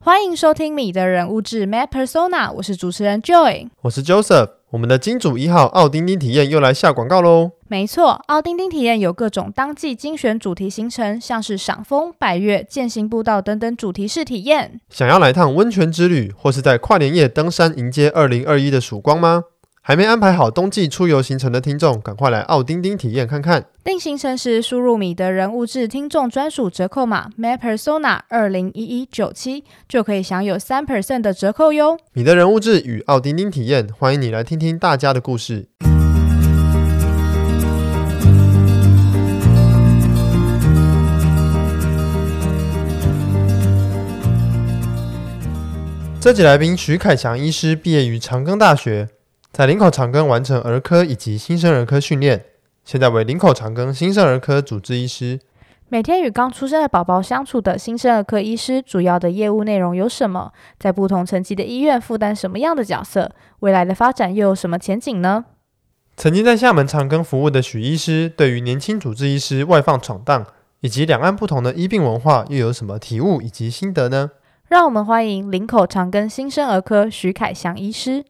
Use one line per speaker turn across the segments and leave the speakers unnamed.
欢迎收听《米的人物志》Mad Persona，我是主持人 Joy。
我是 Joseph，我们的金主一号奥丁丁体验又来下广告喽。
没错，奥丁丁体验有各种当季精选主题行程，像是赏枫、百越、践行步道等等主题式体验。
想要来趟温泉之旅，或是在跨年夜登山迎接2021的曙光吗？还没安排好冬季出游行程的听众，赶快来奥丁丁体验看看。
定行程时输入“米的人物志”听众专属折扣码 Mad Persona 二零一一九七，就可以享有三 percent 的折扣哟。
你的人物志与奥丁丁体验，欢迎你来听听大家的故事。这集来宾徐凯强医师毕业于长庚大学，在林口长庚完成儿科以及新生儿科训练，现在为林口长庚新生儿科主治医师。
每天与刚出生的宝宝相处的新生儿科医师，主要的业务内容有什么？在不同层级的医院负担什么样的角色？未来的发展又有什么前景呢？
曾经在厦门长庚服务的许医师，对于年轻主治医师外放闯荡，以及两岸不同的医病文化，又有什么体悟以及心得呢？
让我们欢迎林口长庚新生儿科徐凯祥医师。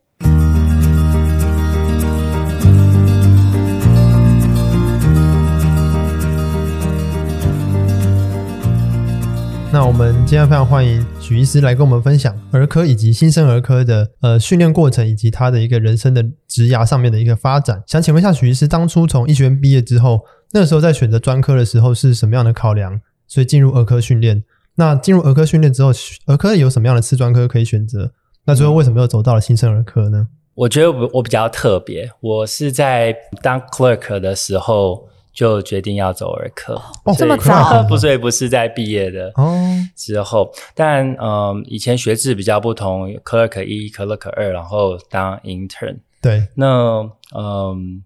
那我们今天非常欢迎许医师来跟我们分享儿科以及新生儿科的呃训练过程，以及他的一个人生的职涯上面的一个发展。想请问一下，许医师当初从医学院毕业之后，那个时候在选择专科的时候是什么样的考量？所以进入儿科训练。那进入儿科训练之后，儿科有什么样的次专科可以选择？那最后为什么又走到了新生儿科呢？
我觉得我我比较特别，我是在当 clerk 的时候就决定要走儿科，
哦
这么
科大
早
很
不所以不是在毕业的
哦，
之后，但嗯、以前学制比较不同，clerk 一、clerk 二，然后当 intern。
对，
那嗯、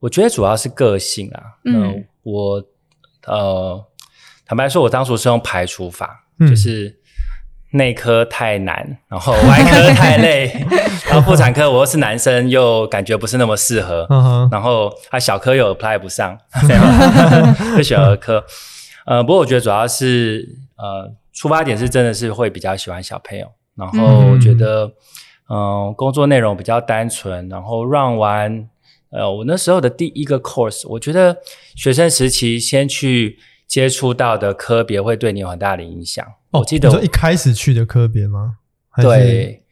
我觉得主要是个性啊。
嗯
嗯，我呃，坦白说，我当初是用排除法，
嗯
就是内科太难，然后外科太累，然后妇产科我又是男生，又感觉不是那么适合，
嗯哼，
然后啊小科又 apply 不上，没有 就选儿科。呃，不过我觉得主要是呃出发点是真的是会比较喜欢小朋友，然后我觉得嗯、呃工作内容比较单纯，然后让完呃我那时候的第一个 course，我觉得学生时期先去接触到的科别会对你有很大的影响。
哦，
我记得
你
我
说一开始去的科别吗？还是，
对，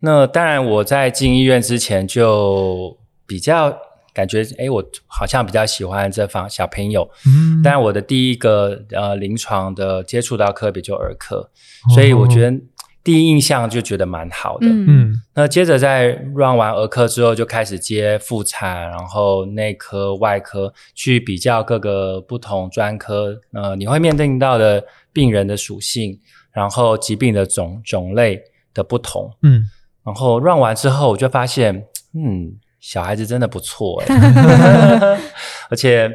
那当然我在进医院之前就比较感觉，哎，我好像比较喜欢这方小朋友。
嗯，
但我的第一个呃临床的接触到科别就儿科，所以我觉得第一印象就觉得蛮好的。
嗯
哦嗯，
那接着在 run 完儿科之后，就开始接妇产，然后内科、外科，去比较各个不同专科，呃，你会面对到的病人的属性，然后疾病的种种类的不同，
嗯
然后 run 完之后，我就发现，嗯，小孩子真的不错哎、而且，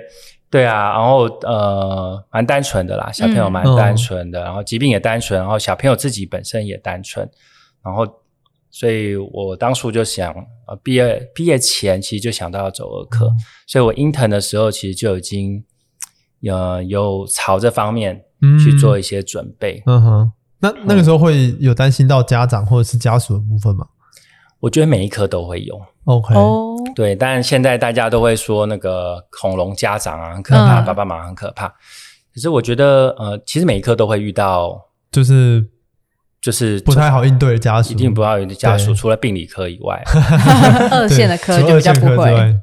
对啊，然后呃，蛮单纯的啦，小朋友蛮单纯的，然后疾病也单纯，然后小朋友自己本身也单纯，然后，所以我当初就想，呃，毕业毕业前其实就想到要走儿科，所以我 intern 的时候其实就已经，呃，有朝这方面
嗯
去做一些准备。
嗯哼，那那个时候会有担心到家长或者是家属的部分吗
我觉得每一科都会有，
？OK，
哦，
对，但现在大家都会说那个恐龙家长啊很可怕，
嗯
爸爸妈妈很可怕。可是我觉得，呃，其实每一科都会遇到，
就是
就是
不太好应对的家属，
一定不要有家属，
对
除了病理科以 外，
二
哎对
线的科
除了
就比较
二线
不
科之
会。
外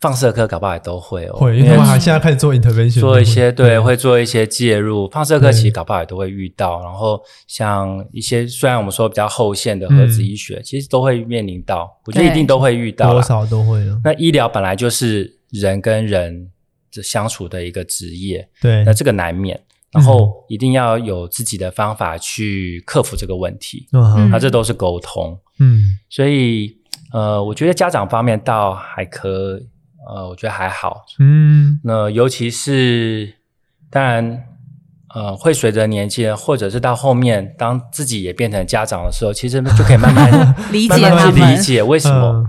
放射科搞不好也都会哦，
会，因
因
为
为
他们还现在开始做 intervention，
做一些对，
会
会做一些介入。放射
对
科其实搞不好也都会遇到，然后像一些虽然我们说比较后线的核子医学，其实都会面临到，我觉得一
对
定都会遇
嗯
到
多
啦。
少都会啊的，
那医疗本来就是人跟人的相处的一个职业，
对
那，这个难免。然
嗯
后一定要有自己的方法去克服这个问题，
嗯哼
那、这都是沟通。
嗯
所以，呃，我觉得家长方面倒还可，呃，我觉得还好。
嗯
那尤其是，当然，呃，会随着年纪，或者是到后面，当自己也变成家长的时候，其实就可以慢慢
理
慢
解
慢
他
去理
们，
解为什么、
嗯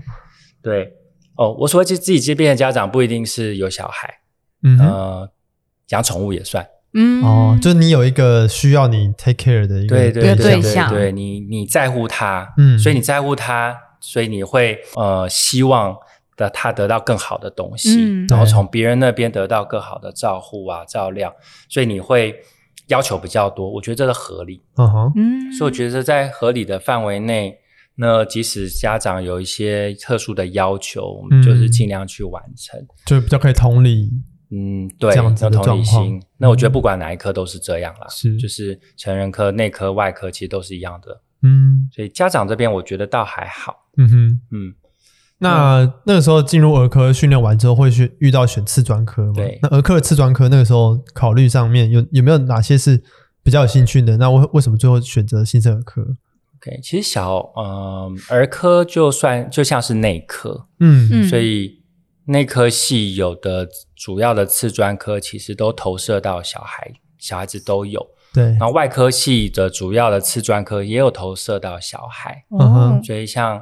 对哦。我所谓自自己变成家长，不一定是有小孩，呃
嗯哼
呃，养宠物也算。
嗯，
哦，就是你有一个需要你 take care 的一个
对对
一个
对
对
对
象
对，你你在乎他，
嗯
所以你在乎他，所以你会呃希望的他得到更好的东西，
嗯
然后从别人那边得到更好的照护啊照料，所以你会要求比较多，我觉得这个合理，
嗯哼，
嗯，
所以我觉得在合理的范围内。那即使家长有一些特殊的要求，我们就是
嗯
尽量去完成。
就比较可以同理，
嗯，对，
这样子
有
的
同理
状况嗯
心。那我觉得不管哪一科都是这样啦，
是
就是成人科、内科、外科其实都是一样的。
嗯
所以家长这边我觉得倒还好，
嗯哼。
嗯，
那那个时候进入儿科训练完之后，会去遇到选次专科吗？
对
那儿科的次专科那个时候考虑上面有有没有哪些是比较有兴趣的？那为为什么最后选择新生儿科？
OK。其实小嗯儿科就算就像是内科，
嗯
嗯
所以内科系有的主要的次专科其实都投射到小孩，小孩子都有。
对
然，后外科系的主要的次专科也有投射到小孩，
嗯哼
所以像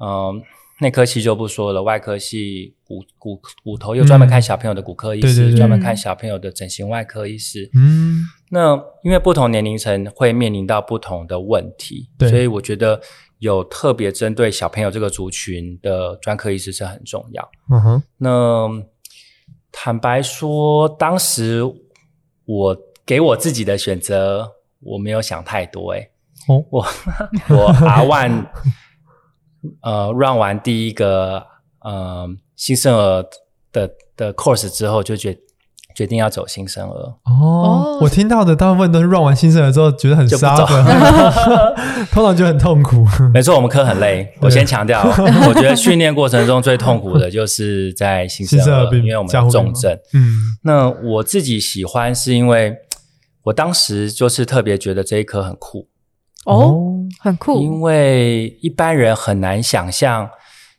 嗯内科系就不说了，外科系骨骨骨头又专门看小朋友的骨科医
嗯对
师，
对对
专门看小朋友的整形外科医师。
嗯
那因为不同年龄层会面临到不同的问题，
对
所以我觉得有特别针对小朋友这个族群的专科医师是很重要。
嗯哼，
那坦白说，当时我给我自己的选择，我没有想太多、欸，
哦
我我 R one 呃 run 完第一个呃新生儿的的 course 之后，就决决定要走新生儿，
哦
哦，
我听到的大部分都是 run 完新生儿之后觉得很
就不
沙
走
粉， 通常就很痛 苦。
没错，我们科很累。我先 强调，我觉得训练过程中最痛苦的就是在新生
新生
儿
儿，病
因为我们
加护
有
病
重
吗
症。
嗯
那我自己喜欢是因为我当时就是特别觉得这一科很酷，
哦，很
因
酷，
为一般人很难想象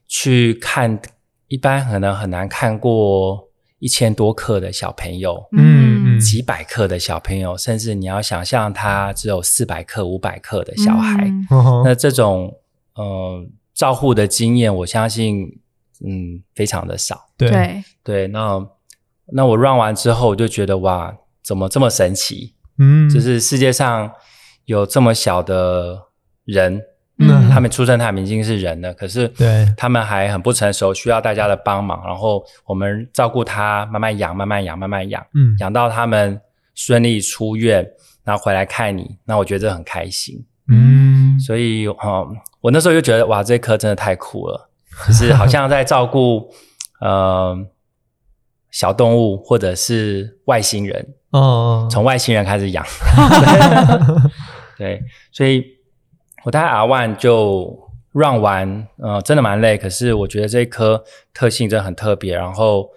去看，一般可能很难看过一千多克的小朋友。
嗯嗯
几百克的小朋友，甚至你要想象他只有四百克、五百克的小孩，
嗯
嗯哼
那这种呃照护的经验，我相信嗯非常的少。
对，
对，
对，那那我 run 完之后，我就觉得哇，怎么这么神奇？
嗯，
就是世界上有这么小的人，
嗯
那
他们出生他们已经是人了，可是
嗯对
他们还很不成熟，需要大家的帮忙。然后我们照顾他，慢慢养，慢慢养，慢慢养，
嗯
养到他们顺利出院，然后回来看你，那我觉得这很开心。
嗯
所以，嗯，我那时候就觉得哇，这科真的太酷了，就是好像在照顾呃小动物或者是外星人，
哦，
从外星人开始养。对， 所以我大概 R one 就 run 完，呃，真的蛮累。可是我觉得这一科特性真的很特别，然后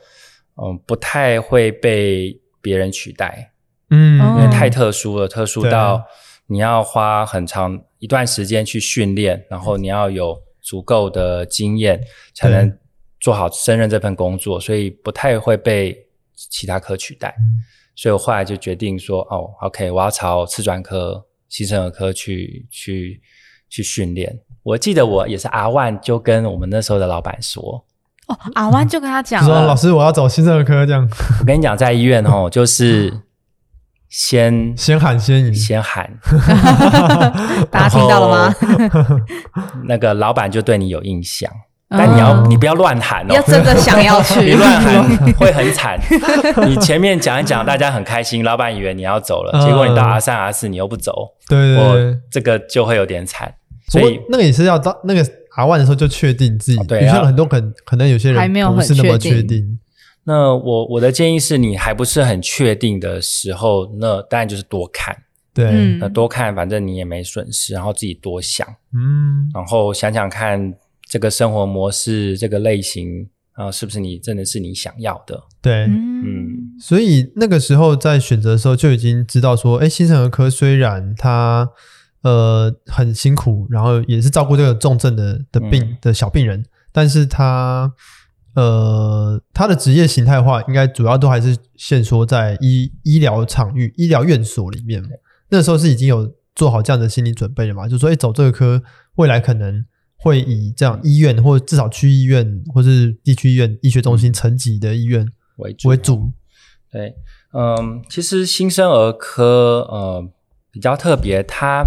嗯、不太会被别人取代，
嗯
因
因为
哦
太特殊了，特殊
对
到你要花很长一段时间去训练，然后你要有足够的经验才能
对
做好胜任这份工作，所以不太会被其他科取代
嗯。
所以我后来就决定说，哦，OK，我要朝次专科、新生儿科去去去训练。我记得我也是 R one 就跟我们那时候的老板说，
哦，阿湾就跟他
就
讲
说
了，
老师我要走新生儿科，这样
我跟你讲，在医院哦，就是先
先喊先赢。
先喊，
大家听到了吗？
嗯
那个老板就对你有印象，
嗯
但你要、你不要乱喊
要
哦。
真的想要去，
你乱喊会很惨。 你前面讲一讲，大家很开心，老板以为你要走了，
嗯
结果你到 R 三 R 四你又不走，
对对
我
对，
这个就会有点惨。
不
所
过
以
那个也是要到那个 R one 的时候就确定自己，
哦对
有些人
要
很多可能可能有些
还
人
没有
不
很
是那么
确
确
定
定。
那我我的建议是你还不是很确定的时候，那当然就是多看，
对，
嗯
那多看，反正你也没损失，然后自己多想，
嗯
然后想想看这个生活模式、这个类型啊、呃是不是你真的是你想要的？
对，
嗯
所以那个时候在选择的时候就已经知道说，哎，新生儿科虽然它呃很辛苦，然后也是照顾这个重症的的病、
嗯
的小病人，但是它呃它的职业形态化，应该主要都还是限缩在医医疗场域、医疗院所里面嘛。那时候是已经有做好这样的心理准备了嘛，就说，哎，走这个科未来可能。会以这样医院，或至少区医院，或是地区医院、医学中心层级的医院
为主
为主，
对，嗯，其实新生儿科呃比较特别，它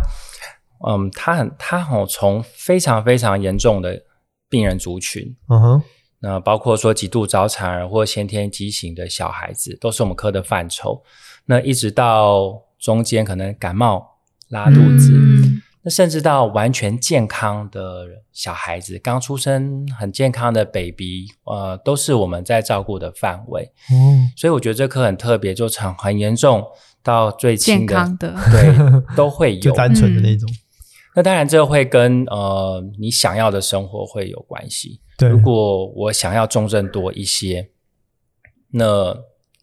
嗯它很它很从非常非常严重的病人族群，
嗯哼，
那包括说极度早产儿或先天畸形的小孩子，都是我们科的范畴。那一直到中间可能感冒、拉肚子，
嗯
那甚至到完全健康的小孩子，刚出生很健康的 baby，呃，都是我们在照顾的范围。
哦，
所以我觉得这科很特别，就从很严重到最
健
轻的，
康的，
对，都会
就
有。
单纯的那
嗯
种。
那当然，这会跟呃你想要的生活会有关系。
对，
如果我想要重症多一些，那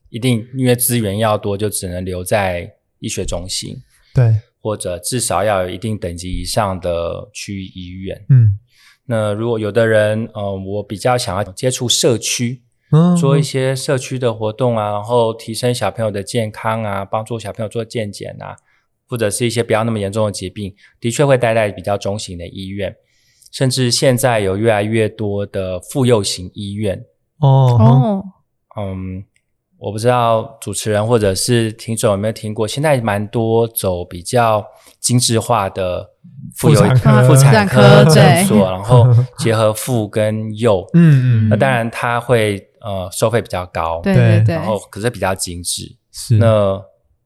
一定因为资源要多，就只能留在医学中心，
对，
或者至少要有一定等级以上的区域医院。
嗯
那如果有的人，呃，我比较想要接触社区，
嗯，
做一些社区的活动啊，然后提升小朋友的健康啊，帮助小朋友做健检啊，或者是一些不要那么严重的疾病，的确会待在比较中型的医院，甚至现在有越来越多的妇幼型医院。
哦，
哦，
嗯，我不知道主持人或者是听众有没有听过，现在蛮多走比较精致化的妇幼
妇产科
妇
妇产科
产科
诊所，
对
然后结合妇跟幼。
嗯嗯，
那当然，它会呃收费比较高，
对
对
对
然后可是比较精致。
是哦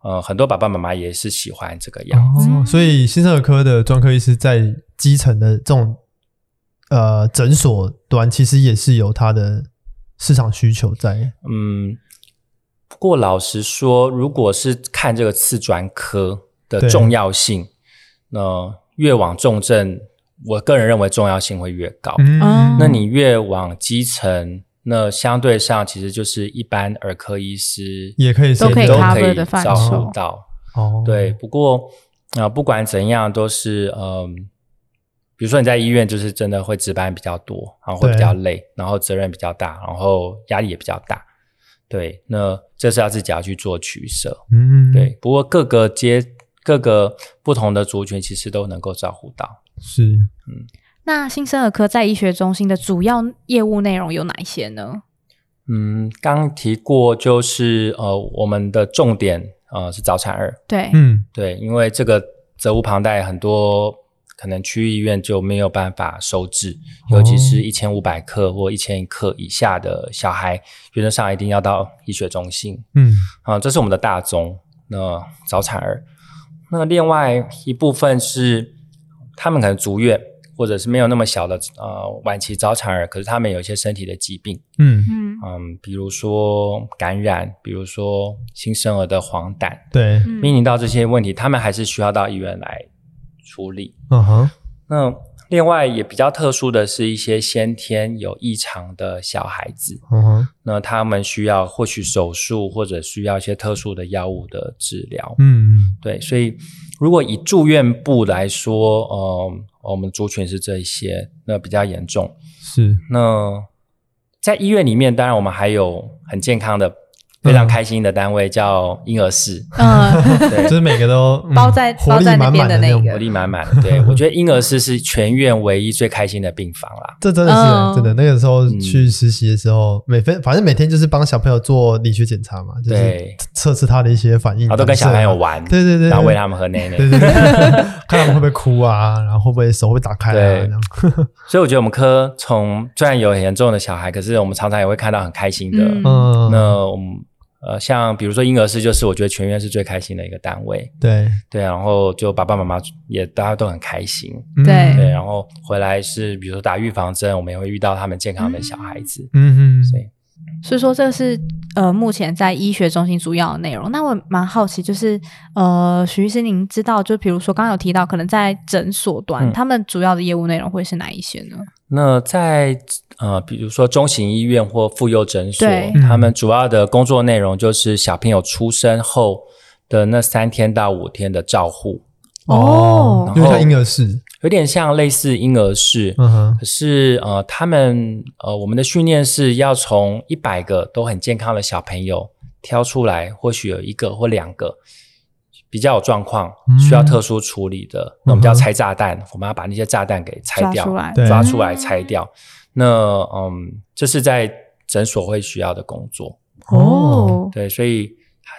那呃，很多爸爸妈妈也是喜欢这个样子。
哦，
嗯
所以新生儿科的专科医师在基层的这种呃诊所端，其实也是有它的市场需求在。
嗯，不过老实说，如果是看这个次专科的
对
重要性，那、越往重症，我个人认为重要性会越高。
嗯
哦
那你越往基层，那相对上其实就是一般儿科医师
也可以是
都可以
都可
cover
以
的范
照
畴
顾到。
哦，
对，，不过啊、呃不管怎样，都是嗯、比如说你在医院，就是真的会值班比较多，然后会比较累，然后责任比较大，然后压力也比较大。对，那这是要自己要去做取舍。
嗯，
对，，不过各个阶、各个不同的族群，其实都能够照顾到。
是
那新生儿科在医学中心的主要业务内容有哪一些呢？
嗯，刚提过，就是呃，我们的重点呃是早产儿，
对，
嗯
对，因为这个责无旁贷，很多可能区域医院就没有办法收治，尤其是一千五百克或一千克以下的小孩，原则上一定要到医学中心
嗯
啊，这是我们的大宗。那早产儿，那另外一部分是他们可能足月，或者是没有那么小的呃晚期早产儿，可是他们有一些身体的疾病，
嗯，
嗯
嗯，比如说感染，比如说新生儿的黄疸，
对，
嗯
面临到这些问题，他们还是需要到医院来处理。
嗯哼，
那另外也比较特殊的是一些先天有异常的小孩子，
嗯哼，
那他们需要或许手术或者需要一些特殊的药物的治疗。
嗯
对，所以如果以住院部来说，嗯、我们族群是这一些，那比较严重。
是，
那在医院里面，当然我们还有很健康的、非常
嗯
开心的单位叫婴儿室，
嗯，
对
就，是每个都嗯
包在
活
包
力
在那
满
边
满
的
那
那
种
个
活力满满的。对我觉得婴儿室是全院唯一最开心的病房啦。
这真的
嗯
是真的。那个时候去实习的时候，每分反正每天就是帮小朋友做理学检查嘛，就是
嗯对
测试他的一些反应，
然后都跟小朋友玩，
嗯啊对对对，
然后喂
对
他们喝奶奶。
对对对， 看他们会不会哭啊，然后会不会手会打开啊，
对
这样。
所以我觉得我们科从虽然有很严重的小孩，可是我们常常也会看到很开心的。
嗯
嗯，
那我们呃，像比如说婴儿室，就是我觉得全院是最开心的一个单位。
对
对，然后就爸爸妈妈也大家都很开心。
嗯
对
对，然后回来是比如说打预防针，我们也会遇到他们健康的小孩子。
嗯
所
嗯，
以
所以说这是呃目前在医学中心主要的内容。那我蛮好奇，就是呃许医师，您知道，就比如说刚刚有提到，可能在诊所端，
嗯
他们主要的业务内容会是哪一些呢？
那在呃，比如说中型医院或妇幼诊所
对，
他们主要的工作内容就是小朋友出生后的那三天到五天的照护，
哦
因为他婴儿室，
有点像类似婴儿室。
嗯哼，
可是呃，他们呃，我们的训练是要从一百个都很健康的小朋友挑出来，或许有一个或两个比较有状况
嗯，
需要特殊处理的，那我们
嗯哼
叫拆炸弹，我们要把那些炸弹给拆
抓
掉，
出来，
对
抓出来拆掉。那嗯，这是在诊所会需要的工作，
哦，
对，所以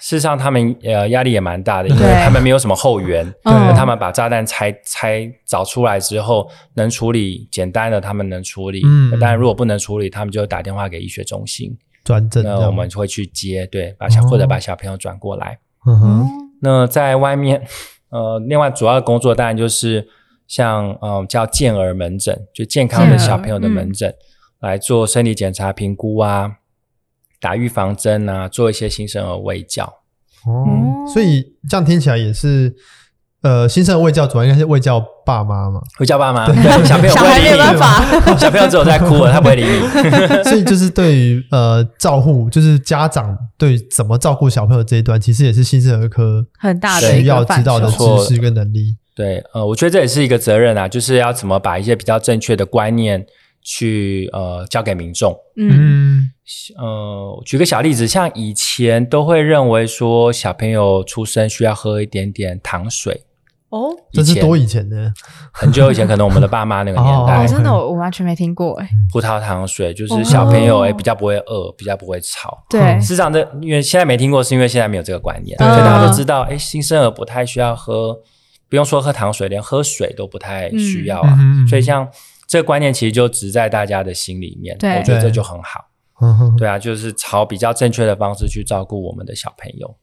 事实上他们呃压力也蛮大的，因
对
为他们没有什么后援。
哦
对
他们把炸弹拆拆找出来之后，能处理简单的他们能处理，
嗯
当然如果不能处理，他们就打电话给医学中心，
转诊这
那我
样
们会去接，对，把小、
哦
或者把小朋友转过来。
嗯哼，
嗯
那在外面， 呃，另外主要的工作当然就是像呃叫健儿门诊，就健康的
健儿嗯
小朋友的门诊、来做生理检查评估啊，打预防针啊，做一些新生儿喂教。
哦
嗯
哦，
所以这样听起来也是，呃，新生儿喂教主要应该是喂教爸妈嘛，
会叫爸妈，对， 小朋友
小
不会
孩
理
没办
你，
法，
小朋友只有在哭了，他不会理你。
所以就是对于呃照护，就是家长对于怎么照顾小朋友这一段，其实也是新生儿科
很大的一
需要
个
知
范
道的
畴。
错
知识跟能力。
对，呃，我觉得这也是一个责任啊，就是要怎么把一些比较正确的观念去呃教给民众。
嗯
嗯
呃，举个小例子，像以前都会认为说小朋友出生需要喝一点点糖水，
哦
这
以
是
前
多以前的，
很久以前，可能我们的爸妈那个年
哦，
代，
真的我我完全没听过哎，
葡萄糖水就是小朋友哎、比较不会饿，比较不会吵。
对
事，实上，这因为现在没听过，是因为现在没有这个观念，
对
所以大家都知道，哎，新生儿不太需要喝，不用说喝糖水，连喝水都不太需要啊。
嗯嗯嗯
所以像这个观念，其实就植在大家的心里面，
对
我觉得这就很好。
嗯哼
对啊，就是朝比较正确的方式去照顾我们的小朋友，
哦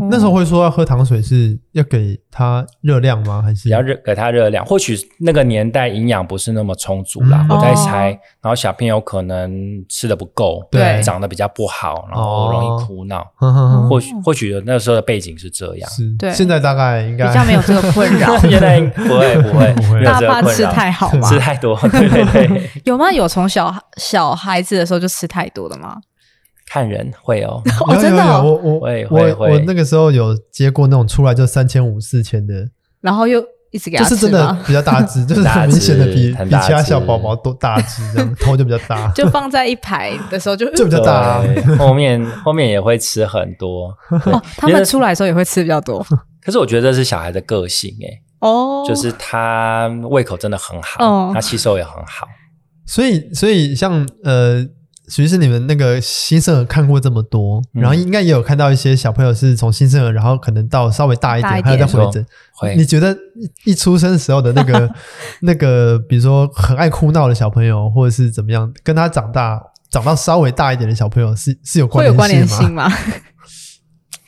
嗯
那时候会说要喝糖水是要给他热量吗？还是
只要热给他热量。或许那个年代营养不是那么充足啦，
嗯
我在
哦
猜，然后小朋友可能吃的不够，
对
长得比较不好，然后容易
哦
哭闹。
哼哼哼
或许
哦
或许有那时候的背景是这样，。
是
对
现在大概应
比
该
较 没有这个 困扰
现在不会不会
不会
没有
大
这个
怕
困
吃
扰，
太好嘛？
吃太多，对对对，
有吗？有从小小孩子的时候就吃太多的吗？
看人会 哦，
哦，
有
真的
有有
哦，
我我
会
我
会会
我那个时候有接过那种出来就三千五四千的，
然后又一直给
就
他
是
吃
真的
吗？
比较大只，就是
大
很明显的
只
比
很
比
大
其他
只
小宝宝都大只，这样 头就比较大，
就放在一排的 时候就呃
就比较大啊。
对后面后面也会吃很 多，对
哦，他们出来的时候也会吃比较多
可是我觉得这是小孩的个性哎，
哦，
就是他胃口真的很
哦
好，他吸收也很好，
所以所以像呃，其实你们那个新生儿看过这么多，
嗯
然后应该也有看到一些小朋友是从新生儿，然后可能到稍微大一
大
点，
一
还有再
点
回诊。
会
你觉得一一出生时候的那 个那个，比如说很爱哭闹的小朋友，或者是怎么样，跟他长大长到稍微大一点的小朋友是是有
会有关联
性
性
吗？
吗？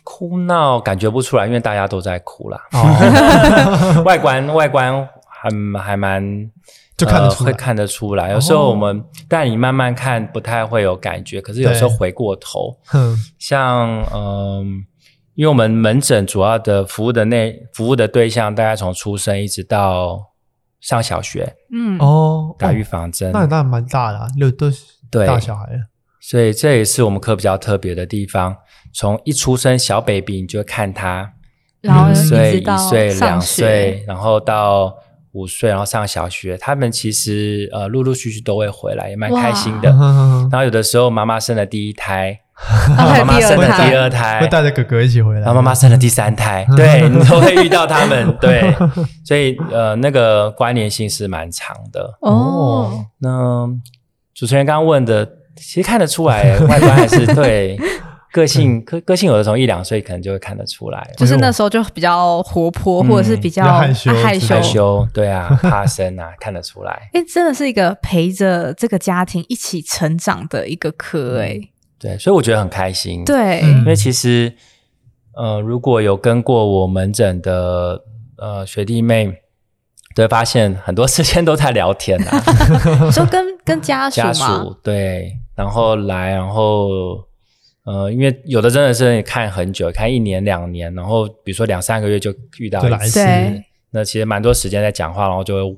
哭闹感觉不出来，因为大家都在哭啦，
哦，
外观外观还还蛮。
就看得
呃
出来
会看得出来。有时候我们，但你慢慢看不太会有感觉，可是有时候
对
回过头，
哼
像嗯，因为我们门诊主要的服务的内服务的对象，大概从出生一直到上小学
嗯，
哦，
打预
哦
防针，
那那蛮大的啊，六都是
对
大小孩了，啊
所以这也是我们科比较特别的地方。从一出生小 baby 你就看他
然后
嗯
一
一岁、
直
一
到
岁、两
上
岁
学，，
然后到五岁，然后上小学，他们其实呃陆陆续续都会回来，也蛮开心的
哼。哼哼
然后有的时候妈妈生了第一 胎，
然后还
妈
有
妈
第二
生了
胎
第，二胎
会，带着哥哥一起回来，
然后妈妈生了第三胎，对你都会遇到他们，对，所以呃，那个关联性是蛮长的。
哦，
那主持人刚刚问的，其实看得出来，外观 还是对个性，个个性有的从一两岁可能就会看得出来，
就是那时候就比较活泼，
嗯
或者是比较
比较害羞
害羞
害。羞，对啊， 怕生啊，看得出来，
哎，真的是一个陪着这个家庭一起成长的一个科哎，
对，所以我觉得很开心，，
对，
嗯
因为其实呃，如果有跟过我门诊的呃学弟妹。都会发现很多时间都在聊天啊，
就跟跟家属
家
嘛，
属对，然后来，然后呃，因为有的真的是看很久，看一年两年，然后比如说两三个月就遇到
就
一
来一
次，
次，
对
那其实蛮多时间在讲话，然后就会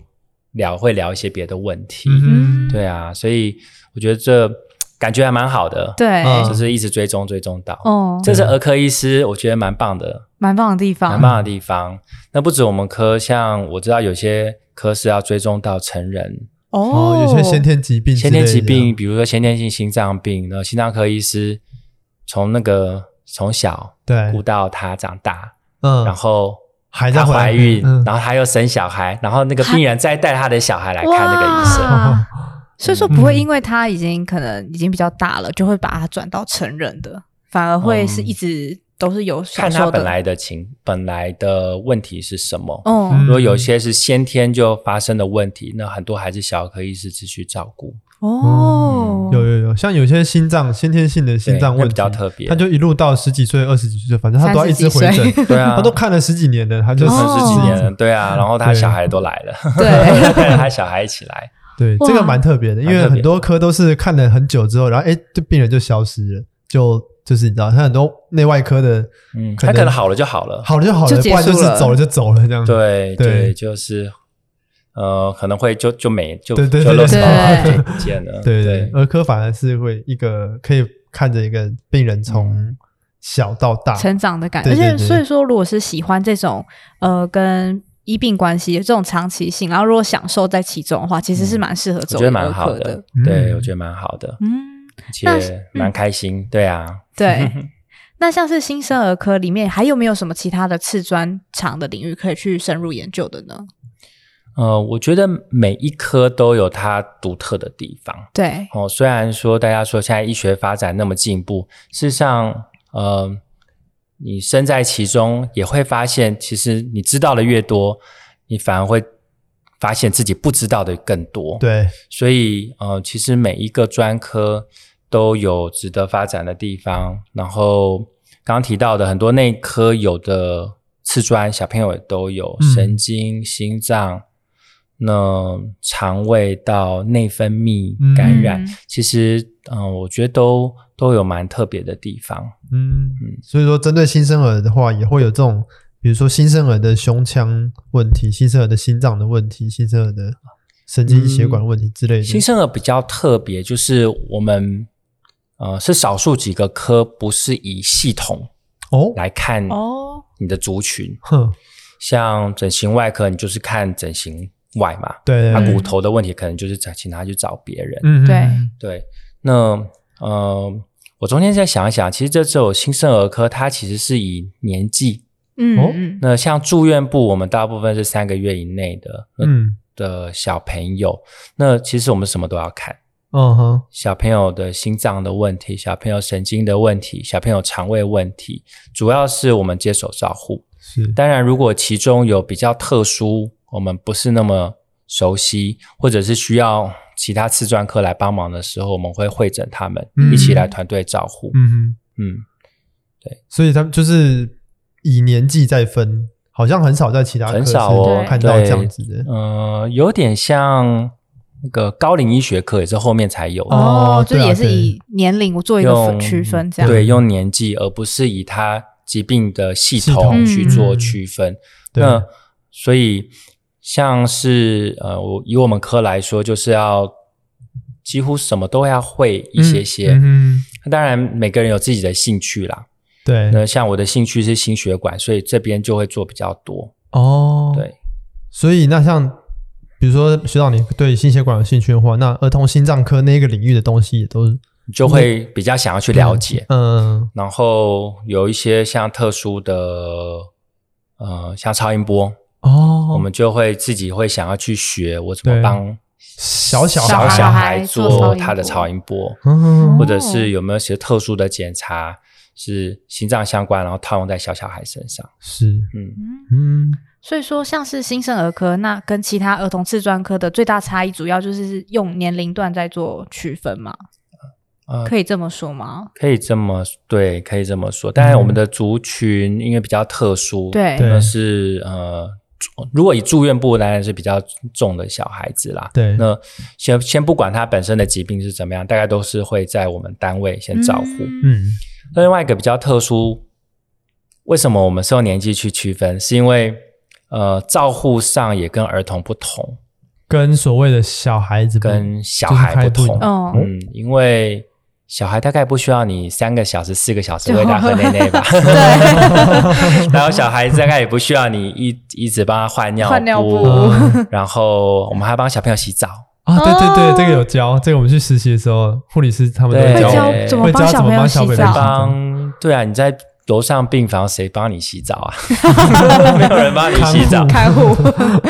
聊会聊一些别的问题，
嗯哼，
对啊，所以我觉得这感觉还蛮好的，，
对，
嗯
就是一直追踪追踪到，
哦，
这是儿科医师，我觉得蛮棒的，
蛮棒的地
蛮
方，
棒的地方。那不止我们科，像我知道有些科是要追踪到成人，
哦
哦，有些先天疾病，
先天疾病，，比如说先天性心脏病，然后心脏科医师从那个从小
对，
顾到他长大，
嗯，
然后
还在
她
回来
怀孕，
嗯
然后他又生小孩，然后那个
还
病人再带他的小孩来
哇，
看那个医生。
所以说不会因为他已经可能已经比较大了，就会把他转到成人的，反而会是一直都是有享
看他
受
本
的。
来的情本来的问题是什么。
嗯
嗯
如果有一些是先天就发生的问题，那很多还是小儿科医师持续照顾。
哦，
嗯有有有，像有些心脏先天性的心脏
对那
问
比
题
较特别，
他就一路到十几岁、二十几岁，反正他都要一直回
30几
诊，
对啊，
他都看了十几年了，他就
就是
哦
十几年
这样
了，
子。
对啊，然后他
对
小孩都来了，
对，
带着他小孩一起来，
对，
哇
这个蛮特别的，因为很多科都是看了很久之后，然后哎，这病人就消失了，就就是你知道，像很多内外科的
嗯，他可能好了就好了，
好了就好
就
了，
结
不
束
然就是
了
走了就走了这样。，对
对对，就是呃，可能会就就没就
对对
就
对
漏
对
了，就不见了，
对对，儿科反而是会一个可以看着一个病人
嗯
从小到大，
成长的感觉。
对
而且
对对
所以说，如果是喜欢这种呃跟医病关系这种长期性，然后如果享受在其中的话，其实是蛮适合
嗯我
走
觉得蛮
儿
好
科
的
的。，
对
嗯
我觉得蛮好的，
嗯，
而
那
且蛮开心，对啊，
对。那像是新生儿科里面还有没有什么其他的次专长的领域可以去深入研究的呢？
呃，我觉得每一科都有它独特的地方。
对，
哦，虽然说大家说现在医学发展那么进步，事实上，呃，你身在其中也会发现，其实你知道的越多，你反而会发现自己不知道的更多。，
对，
所以呃，其实每一个专科都有值得发展的地方。然后刚刚提到的很多内科有的次专，小朋友也都有，
嗯
神经、心脏。那肠胃到内分泌感染，
嗯
其实，嗯、我觉得都都有蛮特别的地方。
嗯
嗯，
所以说针对新生儿的话，也会有这种，比如说新生儿的胸腔问题、新生儿的心脏的问题、新生儿的神经血管问题之类的。
新生儿比较特别，就是我们呃是少数几个科不是以系统
哦，
来看
哦，
你的族群，
哼，
像整形外科，你就是看整形外嘛，
对，
他、
嗯
骨头的问题可能就是找请他去找别人。
嗯，
对
嗯
对，那呃，我中间再想一想，其实这只有新生儿科，它其实是以年纪。
嗯
哦
嗯，
那像住院部，我们大部分是三个月以内的，那
嗯
的小朋友，那其实我们什么都要看。
嗯哼，
小朋友的心脏的问题，小朋友神经的问题，小朋友肠胃问题，主要是我们接手照护。
是，
当然，如果其中有比较特殊，我们不是那么熟悉，或者是需要其他次专科来帮忙的时候，我们会会诊他们，
嗯
一起来团队照护。
嗯哼，
嗯，
所以他们就是以年纪在分，好像很少在其他
很
科室
少哦
看到
对
这样子的。
呃，有点像那个高龄医学科，也是后面才有的。
哦
哦，
就
对啊
也是
对
以年龄我做一个
用
区分，这样
对，用年纪，而不是以他疾病的系
系
统
统
去做
嗯
区分。
对
那所以像是呃，我以我们科来说，就是要几乎什么都要会一些些。
嗯嗯哼
那当然，每个人有自己的兴趣啦。
对，
那像我的兴趣是心血管，所以这边就会做比较多。
哦，
对，
所以那像比如说学长，你对心血管有兴趣的话，那儿童心脏科那个领域的东西也都是
你就会比较想要去了解。
嗯，
然后有一些像特殊的，呃，像超音波，
哦，
我们就会自己会想要去学我怎
对
么帮
小小
小
小
孩
小孩
做超
做
音
他的
波
超音波，
嗯
哦
或者是有没有一些特殊的检查是心脏相关，然后套用在小小孩身上。
是
嗯，
嗯
嗯
所以说，像是新生儿科，那跟其他儿童次专科的最大差异，主要就是用年龄段在做区分嘛？
呃
可以这么说吗？
可以这么对，可以这么说。当然，
嗯
我们的族群因为比较特殊，，
对，
对
那是呃，住如果以住院部当然是比较重的小孩子啦。
对
那先先不管他本身的疾病是怎么样，大概都是会在我们单位先照顾。
嗯
嗯
那另外一个比较特殊，为什么我们是用年纪去区分？是因为呃，照护上也跟儿童不同，
跟所谓的小孩子
跟小孩不
就是
同。
开
哦
嗯， 因为小孩大概不需要你三个小时、四个 小时喂他喝奶奶吧。 然后小孩子大概也不需要你一一直帮他换尿
换尿布
嗯
然后我们还帮小朋友洗澡，
啊，对对
哦
对，这个有教，这个我们去实习的时候，护理师他们都
对
会
会
教
教
我们，
怎么
会
帮
教
小
怎
朋
么
友
帮小
洗
朋友洗
澡，
澡
嗯
帮对啊，你在楼上病房谁帮你洗澡 啊？没有人帮你洗澡
看护。
开户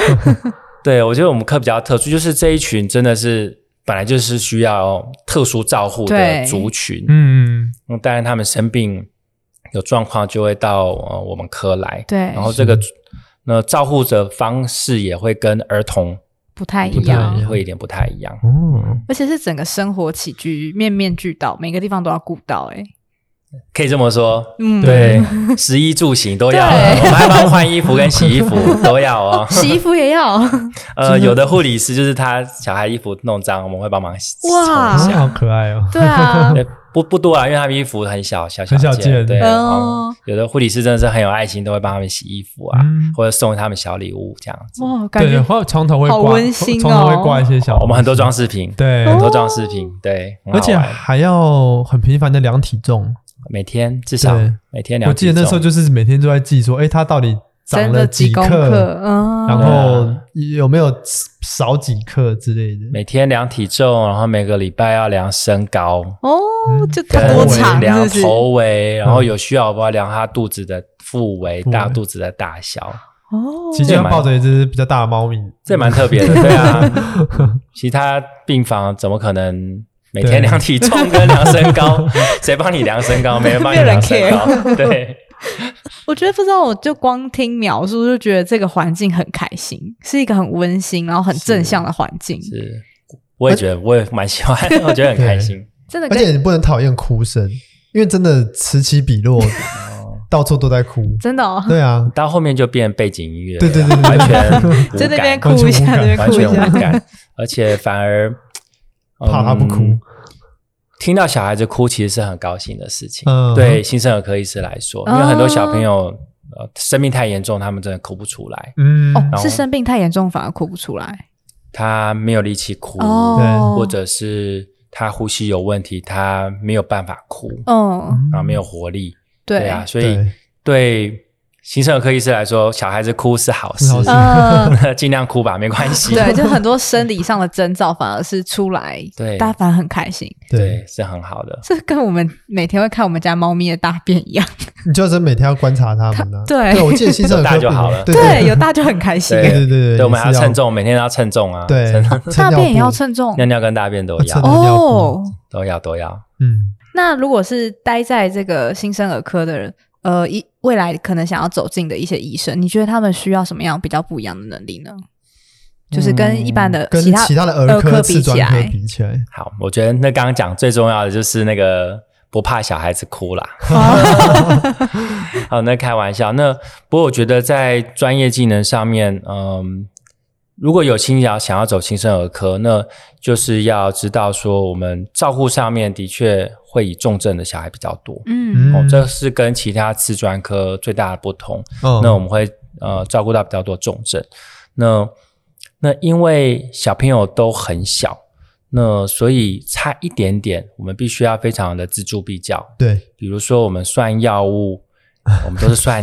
对，我觉得我们科比较特殊，就是这一群真的是本来就是需要特殊照护
对
的族群。
嗯嗯
嗯，当然他们生病有状况就会到呃我们科来，
对，
然后这个那照护者方式也会跟儿童
不太一
不太
样，
会有点不太一样。
哦，
而且是整个生活起居面面俱到，每个地方都要顾到、欸，哎，
可以这么说，
嗯，
对，食衣住行都要，哦
对
我们还帮换衣服跟洗衣服都要 哦。
洗衣服也要，
呃，有的护理师就是他小孩衣服弄脏，我们会帮忙洗。
哇
啊，好可爱哦，
对啊，
对，不不多啊，因为他们衣服很小，小
很小件
件。对，
嗯
然后有的护理师真的是很有爱心，都会帮他们洗衣服啊，
嗯
或者送他们小礼物这样子。
哇，感
对，
觉
或床头会挂，
好温馨哦
床头会挂一些小，
我们很多装饰品，
对，
很多装饰品，对，很好
而且
玩
还要很频繁的量体重。
每天至少
对
每天
我
量体
记
重。
得那时候就是每天都在记说，哎，他到底长
真
了
的几公
克，
克，嗯，
然
对啊
后有没有少几克之类的。
每天量体重，然后每个礼拜要量身高，
哦，就它
跟
多长是
量
不是？
头围，然后有需要的话量他肚子的腹围、
腹围
大肚子的大小，
哦，
其实抱着一只比较大的猫咪，
这蛮特别的，对啊。 其他病房怎么可能每
对
天量体重跟量身高？谁帮你量身高？没人帮你
没有人
量身高， 对。
我觉得不知道，我就光听描述就觉得这个环境很开心，是一个很温馨，然后很正向的环境，
是，我也觉得，我也蛮喜欢，我觉得很开心。
真的
而
跟
且你不能讨厌哭声，因为真的此起彼落，
哦
到处都在哭。
真的哦，
对啊，
到后面就变背景音乐了，
对对对对对
完全无
在那边
感，
哭一下，
完全无感
在那边
完
哭
全
一下
无，感，而且反而
怕他不哭
嗯听到小孩子哭，其实是很高兴的事情。
嗯
对新生儿科医师来说，因为
哦
很多小朋友、呃生命太严重，他们真的哭不出来，
嗯，
哦，
后
是生病太严重反而哭不出来
他没有力气哭，
哦，
或者是他呼吸有问题，他没有办法哭，
嗯，
然后啊没有活力。对
对
啊，，所以
对，
对新生儿科医师来说，小孩子哭是好事
是好，事
嗯，
尽量哭吧，没关系。
对，就很多生理上的征兆反而是出来，
对
大家反而很开心，
对，
对，是很好的。
这跟我们每天会看我们家猫咪的大便一样，
你就是每天要观察他们啊。
对
对，我记得新生儿科
有大就好了
对
对，有
对
大就很开心，
对对对
对，我们还要
也是
称重，每天都要称重啊，
对
称，
趁
大
尿
便也
布
要称重
尿尿跟大便都
要
要
称，尿布，
哦。
都要都要。
嗯，
那如果是待在这个新生儿科的人，呃，一未来可能想要走进的一些医生，你觉得他们需要什么样比较不一样的能力呢？就是跟一般的
嗯跟
他
其他的
儿
儿科
科
次
比
专
起
科
来，
比起来，
好，我觉得那刚刚讲最重要的就是那个不怕小孩子哭 啦。好，那开玩笑。那不过我觉得在专业技能上面，嗯，如果有新想想要走新生儿科，那就是要知道说我们照护上面的确会以重症的小孩比较多。
嗯
哦
嗯，
这是跟其他次专科最大的不同。
哦
那我们会呃照顾到比较多重症。那那因为小朋友都很小，那所以差一点点，我们必须要非常的锱铢必较。
对
比如说我们算药 物，我们都是算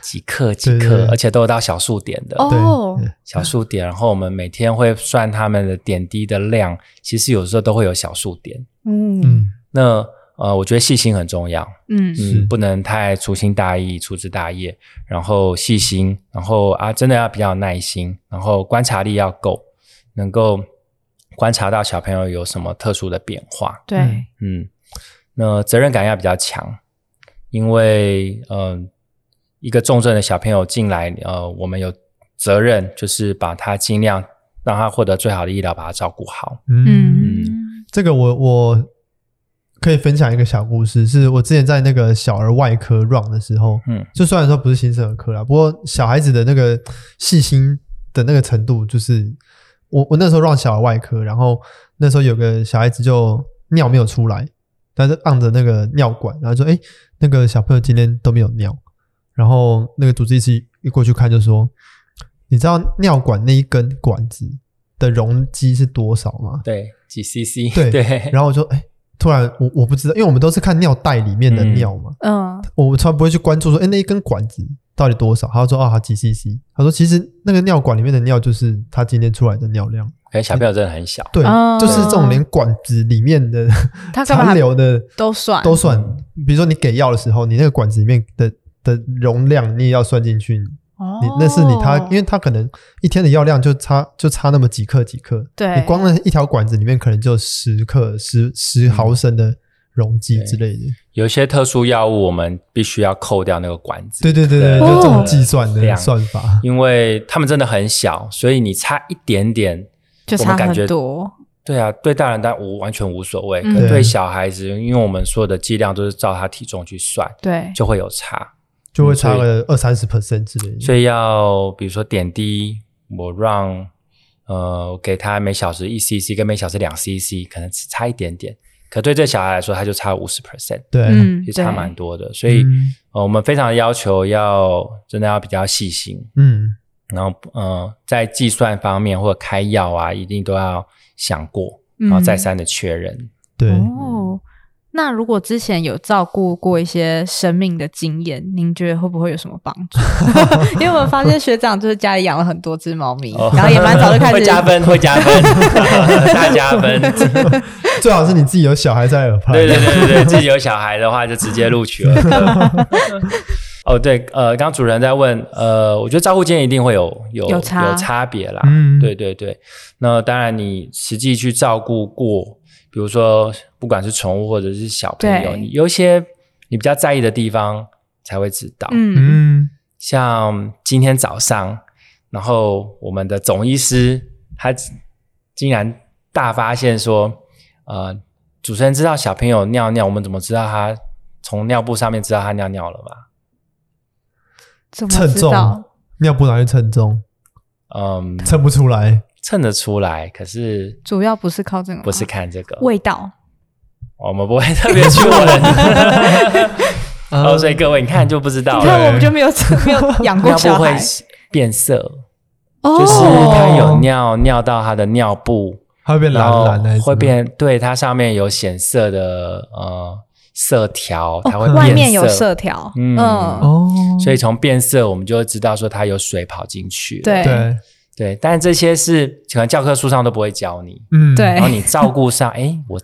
几克几
对对
克
对，
而且都有到小数点的。
哦
对对
小数点，然后我们每天会算他们的点滴的量，其实有时候都会有小数点。
嗯
嗯
那呃，我觉得细心很重要，
嗯
是
嗯，不能太粗心大意、粗枝大叶，然后细心，然后啊，真的要比较有耐心，然后观察力要够，能够观察到小朋友有什么特殊的变化。
对，
嗯，那责任感要比较强，因为嗯、呃一个重症的小朋友进来，呃，我们有责任就是把他尽量让他获得最好的医疗，把他照顾好。
嗯。
嗯
这个我我可以分享一个小故事，是我之前在那个小儿外科 run 的时候，
嗯
就虽然说不是新生儿科啦，不过小孩子的那个细心的那个程度，就是我我那时候 run 小儿外科，然后那时候有个小孩子就尿没有出来，但是按着那个尿管，然后说：“哎，那个小朋友今天都没有尿。”然后那个主治医师一过去看就说：“你知道尿管那一根管子的容积是多少吗？”
对，几 CC，
对
对，
然后我就哎、突然我我不知道，因为我们都是看尿袋里面的尿嘛，
嗯，
我们从来不会去关注说，哎、那一根管子到底多少？他说啊，它几 CC？他说其实那个尿管里面的尿就是他今天出来的尿量，
可能小朋友真的很小。
对，
哦
就是这种连管子里面的
他干嘛
残留的
都算
都算，比如说你给药的时候，你那个管子里面的的容量你也要算进去，你
哦
那是你它，因为它可能一天的药量就差就差那么几克几克，
对
嗯
你光那一条管子里面可能就十克十十毫升的溶剂之类的。
有一些特殊药物，我们必须要扣掉那个管子。
对对对对，
对
就这种
哦
计算的
量嗯
算法，
因为它们真的很小，所以你差一点点，
就
我们
差
感
很
觉
多。
对啊，对大人当然无完全无所谓，
嗯
可
对
对小孩子，因为我们所有的剂量都是照他体重去算，
对，
就会有差，
就会差个二三十 percent 之类的。
所以要比如说点滴，我让呃给他每小时一 cc 跟每小时两 cc，可能只差一点点，可对这小孩来说，他就差五十 percent，
对，
嗯，
就差
对
蛮多的，所以、
嗯
呃我们非常要求要真的要比较细心，
嗯，
然后呃在计算方面或者开药啊，一定都要想过，然
啊
后再
嗯
三的确认。
对，
哦，那如果之前有照顾过一些生命的经验，您觉得会不会有什么帮助？ 因为我们发现学长就是家里养了很多只猫咪，
哦
然后也蛮早就开
会
始
加。分，会加 分，大加分。
最好是你自己有小孩在耳畔。
对对对对对，自己有小孩的话就直接录取了。哦，对，呃，刚刚主持人在问，呃，我觉得照顾经验一定会有有
有差
别啦。
嗯
对对对。那当然，你实际去照顾过，比如说不管是宠物或者是小朋友，
对
你有一些你比较在意的地方才会知道。
嗯，
嗯，
像今天早上，然后我们的总医师他竟然大发现说，呃，主持人知道小朋友尿尿，我们怎么知道他从尿布上面知道他尿尿了吗？
怎么
称
知
重
道？，
尿布拿去称重，
嗯，
称不出来。
称得出来，可是
主要不是靠这个吗，
不是看这个，
味道，
哦我们不会特别去 闻。哦，所以各位你看就不知道
你
了，
看我们就没有没 有养过
尿
小
布会
孩，
变色，
哦
就是他有尿尿到他的尿布。
它会变
然
蓝
后
蓝的，
会变，对，它上面有显色的呃色条，它会变色。
哦外面有色条，
嗯
嗯，
哦，
所以从变色我们就会知道说它有水跑进去了。
对
对，
对，但这些是可能教科书上都不会教你，
嗯，
对
然后你照顾上，哎，我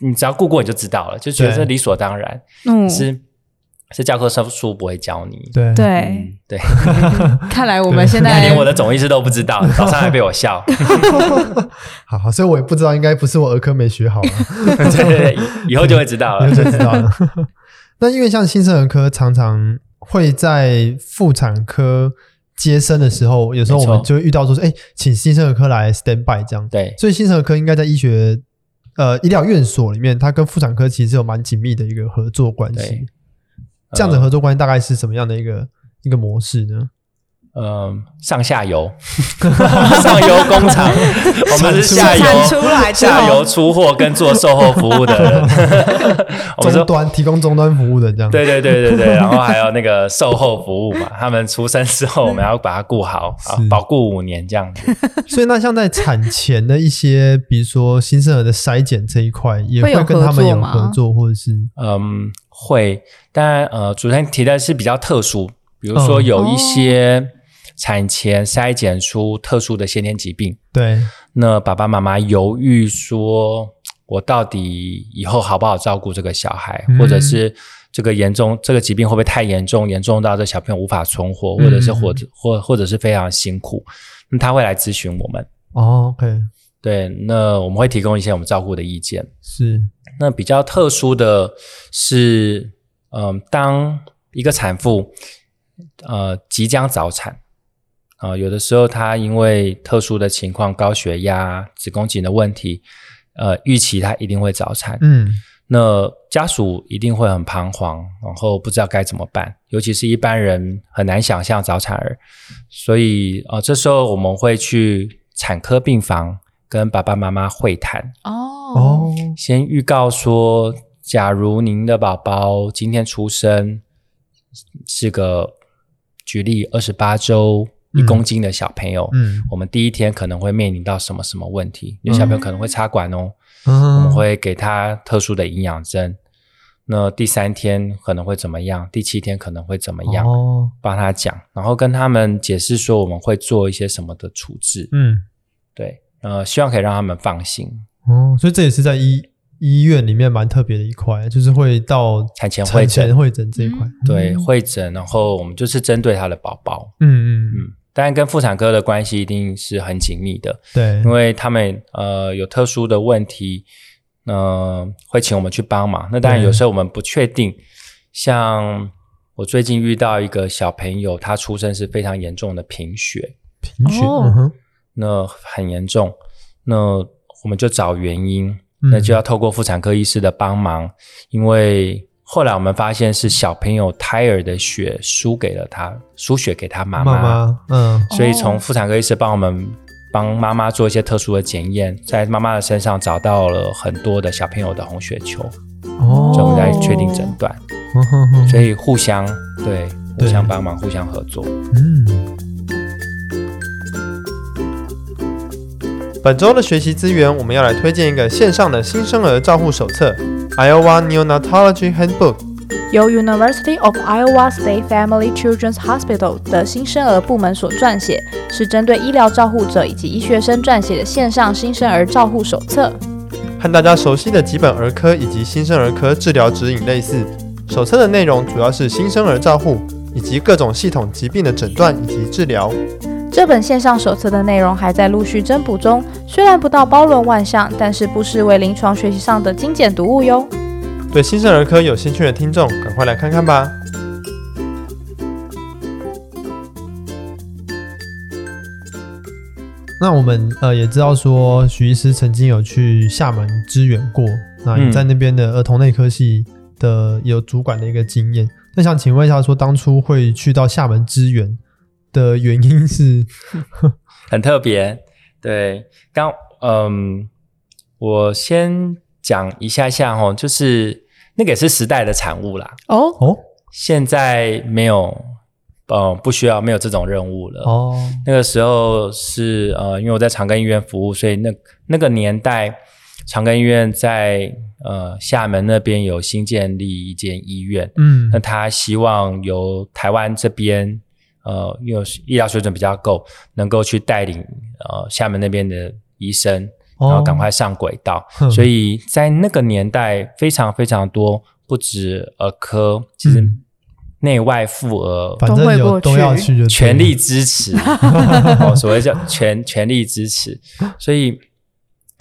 你只要顾过你就知道了，就觉得这理所当然，
嗯，
是是教科书书不会教你。
对，
对，
嗯，对，
看来我们现在
嗯连我的总医师都不 知道，早上还被我笑。
好好，所以我也不知道，应该不是我儿科没学好啊，啊
对对对，以以后就会知道了
你。就知道了。 那因为像新生儿科常常会在妇产科接生的时候，有时候我
没
们
错
就会遇到说，哎、请新生儿科来 stand by 这样。
对，
所以新生儿科应该在医学呃医疗院所里面，它跟妇产科其实有蛮紧密的一个合作关系
对。呃
这样的合作关系大概是什么样的一个一个模式呢？
嗯，上下游， 上游工厂， 我们是下
产出
游
来之后
下游出货跟做售后服务的人， 我们
终
说
端提供终端服务的这样。
对对对对对， 然后还有那个售后服务嘛，他们出生之后我们要把它顾好，啊
是
保护五年这样子。
所以那像在产前的一些，比如说新生儿的筛检这一块，也
会有
会跟他们有
合作吗
合作，或者是
嗯，会，当然呃，主持人提的是比较特殊，比如说
嗯
有一些产前筛检出特殊的先天疾病，
对，
那爸爸妈妈犹豫说，我到底以后好不好照顾这个小孩，
嗯
或者是这个严重这个疾病会不会太严重，严重到这小朋友无法存活，
嗯
或者是或者或或者是非常辛苦，那他会来咨询我们。
哦，OK，
对，那我们会提供一些我们照顾的意见。
是，
那比较特殊的是，嗯、当一个产妇呃即将早产，啊、有的时候她因为特殊的情况，高血压、子宫颈的问题，呃，预期她一定会早产。
嗯，
那家属一定会很彷徨，然后不知道该怎么办，尤其是一般人很难想象早产儿，所以呃，这时候我们会去产科病房跟爸爸妈妈会谈，
哦
哦，
先预告说，假如您的宝宝今天出生是个举例二十八周
嗯
一公斤的小朋友，
嗯，
我们第一天可能会面临到什么什么问题？有小朋友可能会插管哦，我
我
们会给他特殊的营养针。那第三天可能会怎么样？第七天可能会怎么样？
哦，
帮他讲，然后跟他们解释说我们会做一些什么的处置。
嗯，
对，呃，希望可以让他们放心。
哦，所以这也是在医医院里面蛮特别的一块，就是会到
产前会
产
诊
前会诊这一块，
对，
嗯
会诊，然后我们就是针对他的宝宝，
嗯嗯，
嗯，当然跟妇产科的关系一定是很紧密的，
对
因，为他们呃有特殊的问题，嗯、会请我们去帮忙。那当然，
对
有时候我们不确定，像我最近遇到一个小朋友，他出生是非常严重的贫血，
贫血，
哦
嗯哼，
那很严重，那我们就找原因，
嗯
那就要透过妇产科医师的帮忙，因为后来我们发现是小朋友胎儿的血输给了他，输血给他妈
妈妈，嗯，
所以
哦
从妇产科医师帮我们帮妈妈做一些特殊的检验，在妈妈的身上找到了很多的小朋友的红血球，
哦，
所以我们来确定诊断。
嗯哼哼，
所以互相对互
对
相帮忙，互相合作。
嗯。本周的学习资源，我们要来推荐一个线上的新生儿照护手册 （Iowa Neonatology Handbook）。
由 University of Iowa State Family Children's Hospital 的新生儿部门所撰写，是针对医疗照护者以及医学生撰写的线上新生儿照护手册。
和大家熟悉的几本儿科以及新生儿科治疗指引类似。手册的内容主要是新生儿照护以及各种系统疾病的诊断以及治疗。
这本线上手册的内容还在陆续增补中，虽然不到包罗万象，但是不失为临床学习上的精简读物哟。
对新生儿科有兴趣的听众，赶快来看看吧。那我们呃也知道说，徐医师曾经有去厦门支援过，那也
嗯
在那边的儿童内科系的有主管的一个经验。那想请问一下，说当初会去到厦门支援的原因是？
很特别。对，刚嗯，我先讲一下下哦，就是那个也是时代的产物啦。
哦，
哦
现在没有，呃，不需要没有这种任务了。
哦，
那个时候是呃，因为我在长庚医院服务，所以那那个年代，长庚医院在呃厦门那边有新建立一间医院，
嗯
那他希望由台湾这边呃，因为医疗水准比较够，能够去带领呃厦门那边的医生，
哦
然后赶快上轨道。
哼
所以在那个年代，非常非常多，不止儿科，其实
嗯
内外妇儿
反
都
正
会
有
过
都要
去
去就对
全
了
力支 持，哦，所谓叫全全力支持。所以，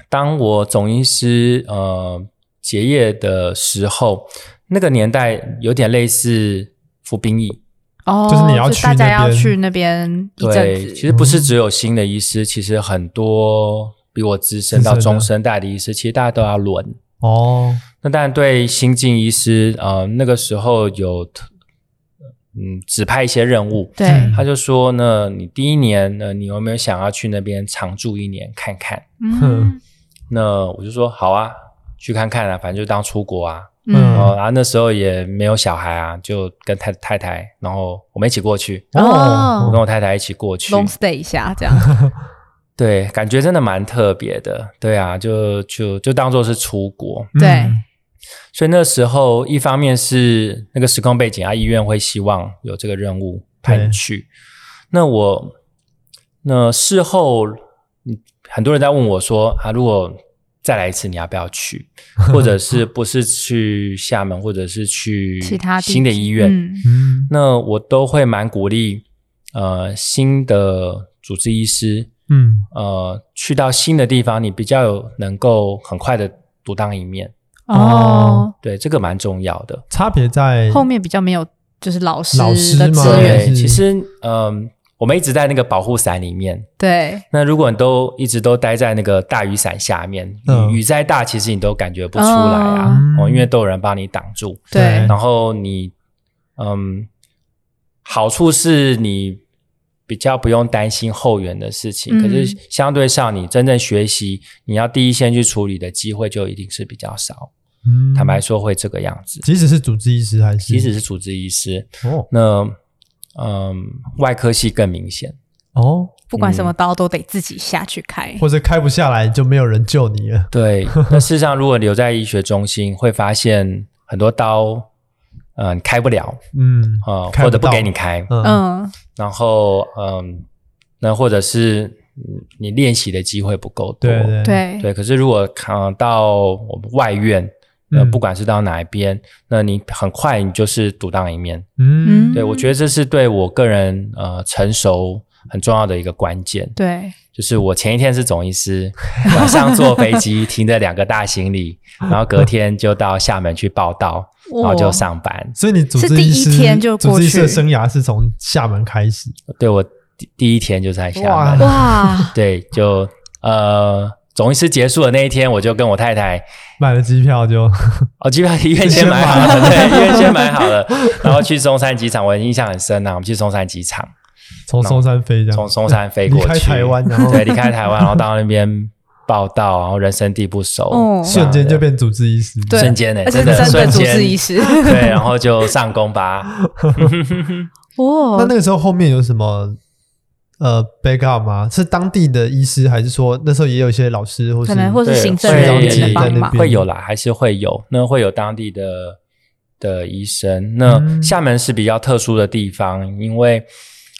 当我总医师呃结业的时候，那个年代有点类似服兵役，
哦，
就是你要去
大家
那
要
边
去那边一阵
对，
子，嗯
其实不是只有新的医师，其实很多比我资深到
资深的
中生代的医师，其实大家都要轮。
哦，
那当然，对新进医师，呃，那个时候有嗯指派一些任务，
嗯
对，
他就说呢，你第一年呢，你有没有想要去那边常住一年看看？
嗯
那我就说好啊，去看看啊，反正就当出国啊。
嗯
嗯，
哦，然后那时候也没有小孩啊，就跟太太太，然后我们一起过去，我
哦
跟我太太一起过
嗯
去。
，long stay 一下这样，
对，感觉真的蛮特别的。对啊，就就就当做是出国。
对
嗯
所以那时候一方面是那个时空背景啊，医院会希望有这个任务派你去。那我那事后，嗯很多人在问我说啊，如果再来一次，你要不要去？或者是不是去厦门，或者是去
其他地
新的医院？
嗯
嗯
那我都会蛮鼓励呃新的主治医师，
嗯
呃，去到新的地方，你比较有能够很快的独当一面，
哦，
对，这个蛮重要的。
差别在
后面比较没有就是老师
嗯老师
的
吗
资源，
是
对，其实嗯、我们一直在那个保护伞里面。
对，
那如果你都一直都待在那个大雨伞下面，
嗯
雨雨再大，其实你都感觉不出来啊，
哦
哦，因为都有人帮你挡住。
对
然后你，嗯，好处是你比较不用担心后援的事情，
嗯
可是相对上你真正学习，你要第一线去处理的机会就一定是比较少。
嗯
坦白说会这个样子，
即使是主治医师还是
即使是主治医师，
哦
那嗯，外科系更明显。
哦，
不管什么刀都得自己下去开，
或者开不下来就没有人救你了。
对，那事实上如果留在医学中心，会发现很多刀，嗯、你开不了
嗯
啊、呃
开
或者
不
不
到
给你开，
嗯
嗯，
然后嗯，那或者是嗯你练习的机会不够多，
对对
对，
对可是如果看、呃到我们外院，呃，
嗯
不管是到哪一边，那你很快你就是独当一面。
嗯
嗯
对我觉得这是对我个人呃成熟很重要的一个关键。
对，
就是我前一天是总医师， 晚上坐飞 机停着两个大行李，然后隔天就到厦门去报道，然后就上班。
所以你主治
是第
医
一
师
天就
主
过
治医师的
去
生涯是从厦门开始，
对我第第一天就在厦
哇
门，
哇，
对，就呃，总医师结束的那一天，我就跟我太太，
买了机票就
哦，机票医院先买好了，对，医院先买好了，然后去松山机场，我印象很深啊，我们去松山机场，
从松山飞这样，
从松山飞过
离开
去，
台湾，然后
对，离开台湾，然后到那边报道，然后人生地不熟，
哦
瞬间就变主治医师。
对
瞬间呢、
而且
真
是真的
瞬
主
间
治医 师，
对，然后就上工 吧。
那
哦
哇
那个时候后面有什么呃 backup 吗？是当地的医师，还是说那时候也有一些老师，或是
可能或
对，
是行政
会
人员的
在那
帮
边
忙，
会有啦，还是会有，那会有当地的的医生。那
嗯
厦门是比较特殊的地方，因为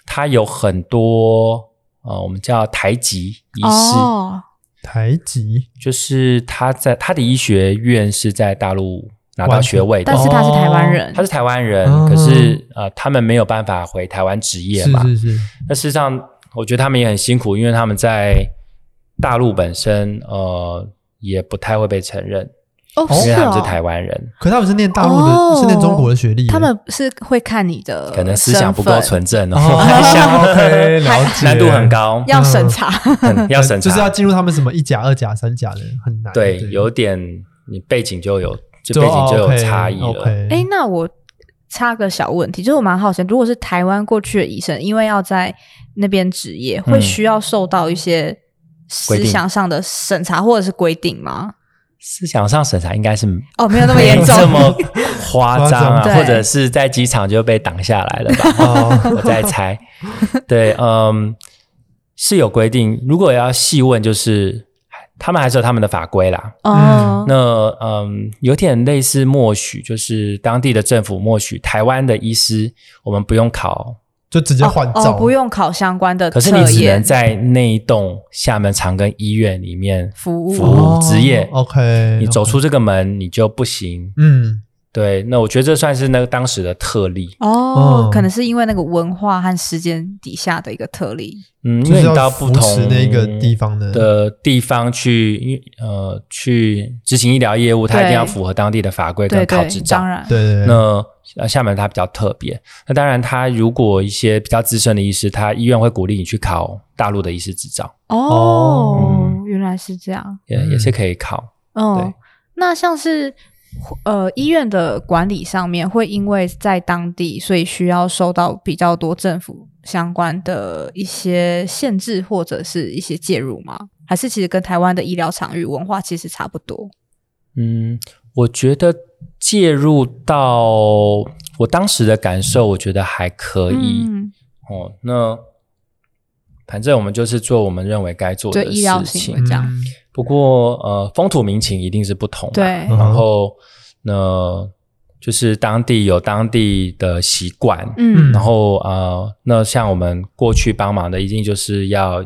它有很多呃，我们叫台籍医师，
哦，
台籍？
就是他在他的医学院是在大陆拿到学位的
但。是他是台湾人
他，是台湾人，
嗯
可是呃，他们没有办法回台湾执业
是
嘛。
是是，
那事实上，我觉得他们也很辛苦，因为他们在大陆本身呃也不太会被承认，
哦
因
啊
为
是
他们是
哦，
台湾人，
可他们是念大陆的，
哦
是念中国的学历耶，
他们是会看你的，
可能思想不
呃
够，纯正
哦
哦，还 想
OK，了解，
难度很，高，
要审查，
很要审
就是要
查，
进入他们什么一甲、二甲、三甲的，很难。
对，有点你背景就有，就背景就有差异了。
OK，
哎，那我插个小问题，就是我蛮好奇，如果是台湾过去的医生，因为要在那边执业，会
嗯
需要受到一些思
规定
想上的审查或者是规定吗？
思想上审查应该是
哦，没有那么严重
这，么夸张
夸
啊，
张
或者是在机场就被挡下来了吧？
哦
我在猜。对，嗯，是有规定。如果要细问，就是他们还是有他们的法规啦。
嗯
哦，
那嗯，有点类似默许，就是当地的政府默许台湾的医师，我们不用考，
就直接换
哦
照，
不用考相关的
可
测
是
验，
你只能在那一栋厦门长庚医院里面
服务
服务职业。
哦 OK，
你走出这个门，你就不行。
嗯，
对，那我觉得这算是那个当时的特例。
哦
嗯，
可能是因为那个文化和时间底下的一个特例，
嗯，因
就
为
是
你到
要
不
扶持
同
那个地方的
的地方去，因为呃，去执行医疗业务，它一定
对
要符合当地的法规跟
对
考
对
执，照
当。然，
对对对，
那呃厦门它比较特别，那当然，它如果一些比较资深的医师，他医院会鼓励你去考大陆的医师执照，
哦，
嗯
原来是这样，
也、
嗯
也是可以考。
哦
对，
那像是呃医院的管理上面，会因为在当地，所以需要受到比较多政府相关的一些限制或者是一些介入吗？还是其实跟台湾的医疗场域文化其实差不多？
嗯，我觉得介入到我当时的感受，我觉得还可以。
嗯，
哦，那反正我们就是做我们认为该做
就
的
医疗
事
行
情
为。这样，
嗯
不过呃，风土民情一定是不同的。
对，
嗯
然后那就是当地有当地的习惯，
嗯
然后呃，那像我们过去帮忙的，一定就是要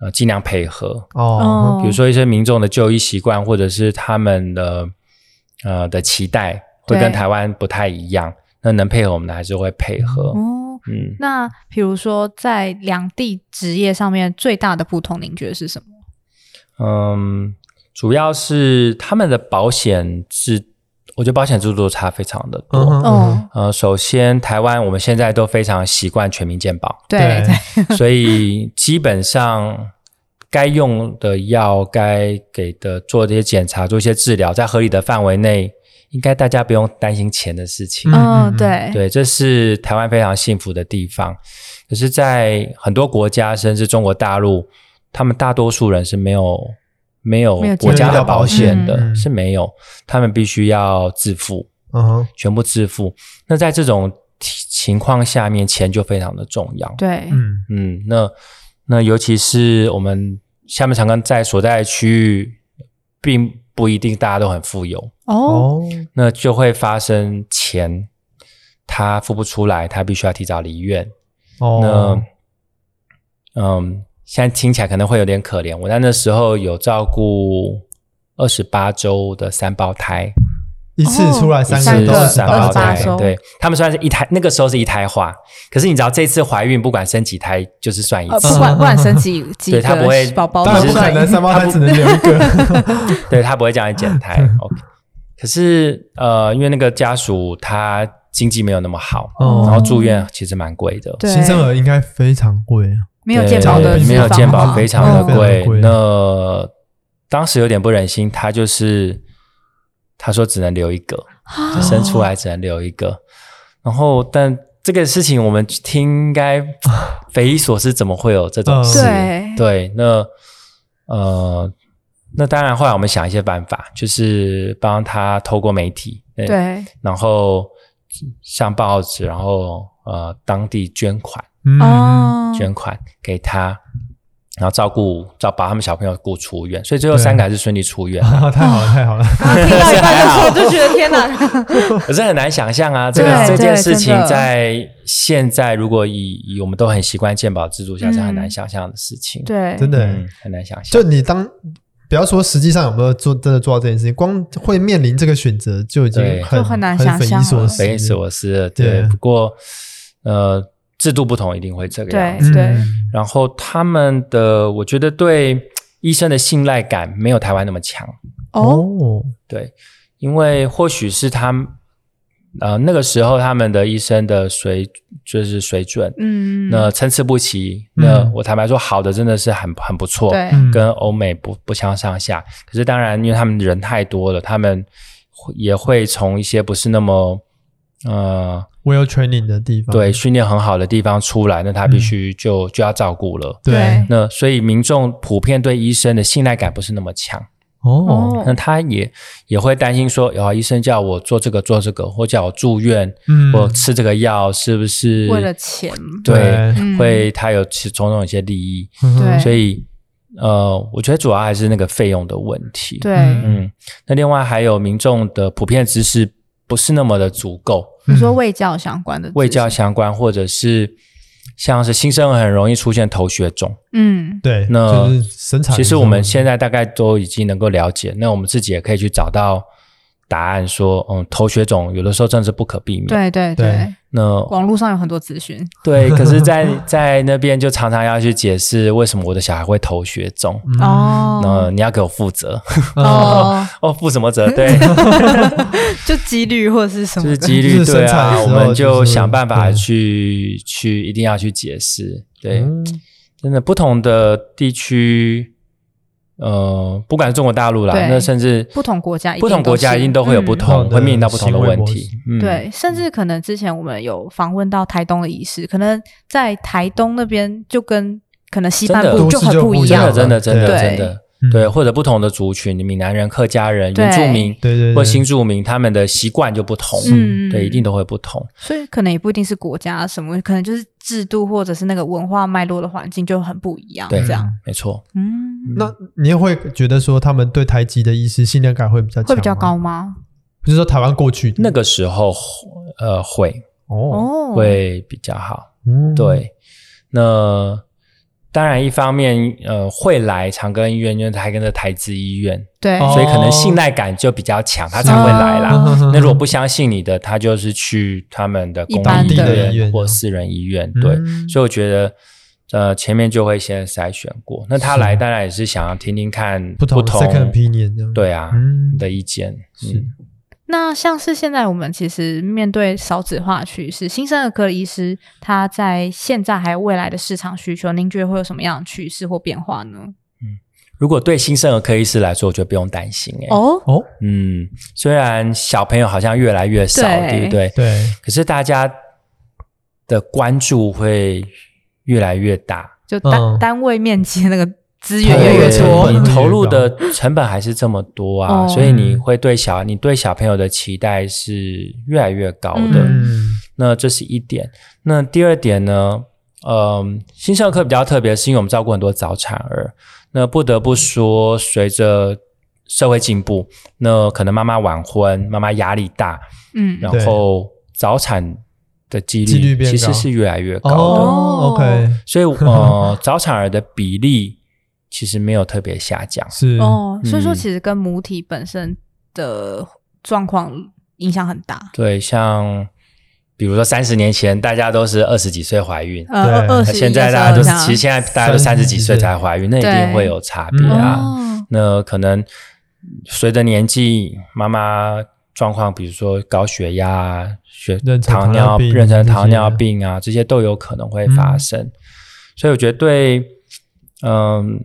呃尽量配合，
哦，
哦
比如说一些民众的就医习惯，或者是他们的呃的期待会
对
跟台湾不太一样，那能配合我们的还是会配合，
哦，
嗯。
那比如说，在两地职业上面最大的不同，您觉得是什么？
嗯，主要是他们的保险制，我觉得保险制度差非常的多。
嗯哼，嗯哼
哦，，
呃，首先，台湾我们现在都非常习惯全民健保
对
对
对，
所以基本上该用的药、该给的做这些检查、做一些治疗，在合理的范围内，应该大家不用担心钱的事情。
嗯
嗯
嗯
对，
对，这是台湾非常幸福的地方。可是，在很多国家，甚至中国大陆，他们大多数人是没有没有
没有
国家
健
的
康
保险的，
嗯
是没有，他们必须要自付，
嗯哼，
全部自付。那在这种情情况下面，钱就非常的重要。
对，
嗯，
嗯，那那尤其是我们厦门长庚在所在的区域，并不一定大家都很富有。
哦，
哦，
那就会发生钱他付不出来，他必须要提早离院。
哦，
那嗯，现在听起来可能会有点可怜。我在那时候有照顾二十八周的三胞胎，
一次出来
一
三
次
个都
个
二
二
十
28
八
八
胎
胎
胎，对他们虽然是一胎，那个时候是一胎化，可是你只要这次怀孕，不管生几胎，就是算一
呃，
次，
不管不管生 几几
对
个
他不会
宝宝
当
都
然不可
算
能，三胞胎只能留一 个。
对他不会这样减 胎。OK，可是呃，因为那个家属他经济没有那么好，
哦
然后住院其实蛮贵的，
对
新生儿应该非常贵啊，
没有
对
健保的啊
对
脂
没有
肪
健保
嘛
非常的
嗯非
贵
常。贵
那当时有点不忍心，他就是他说只能留一个，
嗯
就生出来只能留一个。然后，但这个事情我们听应该匪夷所思，怎么会有这种
嗯
事？
对
对，那呃，那当然，后来我们想一些办法，就是帮他透过媒体，对
对
然后上报纸，然后呃，当地捐款。
嗯，
哦，
捐款给他，然后照顾照把他们小朋友顾出院，所以最后三个还是顺利出院 啊。
太好了，太好了，
啊听到一半的时候就觉得 天哪，
可是很难想象啊，这个
对
这件
对
事情
真的
在现在如果以以我们都很习惯健保制度下是很难想象的事情，
对，
真的欸
嗯，。很难想象
就。你当不要说实际上有没有做真的做到这件事情，光会面临这个选择就已经
对
很
就很难
很
想
匪夷
象
所
了
思，
匪夷所思了，
对
对。不过呃，制度不同，一定会这个样子。
思对
嗯
然后他们的，我觉得对医生的信赖感没有台湾那么强。
嗯
哦，
对，因为或许是他们，呃，那个时候他们的医生的水就是水准，
嗯，
那参差不齐。
嗯
那我坦白说，好的真的是很很不错，
对，
嗯
跟欧美不不相上下。可是当然，因为他们人太多了，他们会也会从一些不是那么。呃，
，well training 的地方，
对，训练很好的地方出来，那他
嗯
必须就、就要照顾了。
对
对，
那所以民众普遍对医生的信赖感不是那么强。
哦，
哦
那他也也会担心说，啊，医生叫我做这个做这个，或叫我住院，
嗯，
我吃这个药是不是
为了钱，
对，
对
嗯
会他有其种种一些利益，
嗯哼
对
所以呃，我觉得主要还是那个费用的问题。，
对
嗯，
嗯，那另外还有民众的普遍知识不是那么的足够，
你
嗯
说卫教相关的，
卫教，相关或者是像是新生儿很容易出现头血肿，
嗯，
对，
那
就是生产的时候，
其实我们现在大概都已经能够了解，那我们自己也可以去找到答案说，嗯，头血肿有的时候真的是哦不可避免。，
对对
对
对，
那
网络上有很多资讯，
对，可 是在，在那边就常常要去解释为什么我的小孩会头血肿，
嗯
那
哦
你要给我负责
哦，
哦，负什么责？ 对，
就几率或者是什
就
么
是
的，
几
就是
率对
生产
啊，
的
我
时候就
们就是想办法
对
去去，一定要去解释。对，
嗯
真的不同的地区，呃，不管是中国大陆啦，
对
那甚至
不同国家一定
不同国家
都是
一定都会有
嗯
不
不
同，
同的
会面临到不同的问题
行。
嗯，
对，甚至可能之前我们有访问到台东的医师，可能在台东那边就跟可能西半
真的
部就很不一
真
样
的
了，
真的真的
对
真的，
嗯
对，或者不同的族群，你闽南人、客家人、
对
原住民
对对对
或新住民，他们的习惯就不同，
嗯
对，一定都会不同。
所以可能也不一定是国家什么，可能就是制度或者是那个文化脉络的环境就很不一样，
对
这样，
没错，
嗯，
那你也会觉得说，他们对台籍的医师信任感会比较强啊
会比较
吗
高，吗？
就是说台湾过去的
那个时候呃会
哦，
哦，
会比较好。
嗯，
对，那当然一方面呃会来长庚医院，因为他还跟着台资医院，
对，
哦
所以可能信赖感就比较强，他才会来啦。
嗯
哦
啊那如果不相信你的，他就是去他们的公
一般
立医
的
医院
院或私人医院。对，
嗯
所以我觉得，呃，前面就会先筛选过。那他
是
来当然也是想要听听看
不同 second opinion 这样，
对啊、
嗯
的意见。
是
那像是现在我们其实面对少子化趋势，新生儿科的医师他在现在还有未来的市场需求，您觉得会有什么样的趋势或变化呢？
如果对新生儿科医师来说，我觉得不用担心哎、
哦，
哦，
嗯，虽然小朋友好像越来越少，
对
对不对？
对，
可是大家的关注会越来越大，
就单、
嗯
单位面积那个资
越
源
投入
越来越
成
多
本，
你投入的成本还是这么多啊，
哦
所以你会对小你对小朋友的期待是越来越高的。
嗯
嗯
那这是一点。那第二点呢？嗯，新生儿科比较特别，是因为我们照顾很多早产儿。那不得不说，随着社会进步，那可能妈妈晚婚，妈妈压力大，
嗯，
然后早产的几
几率
率
变
其实
高
是越来越高的。
哦，OK，
所以呃，早产儿的比例其实没有特别下降。
是
哦，所以说
嗯
其实跟母体本身的
状况影响很大。
对，像比如说三十年前，大家都是二十几岁怀孕，
呃，
对
二二
那
十
现在大家都是，其实现在大家都三十几岁才怀孕，那一定
对
会有差别
嗯
啊。
哦，
那可能随着年纪，妈妈状况，比如说高血压啊、血
妊娠
糖
糖
尿
尿病
妊娠糖
这些嗯
尿病啊，这些都有可能会发生。所以我觉得对，嗯。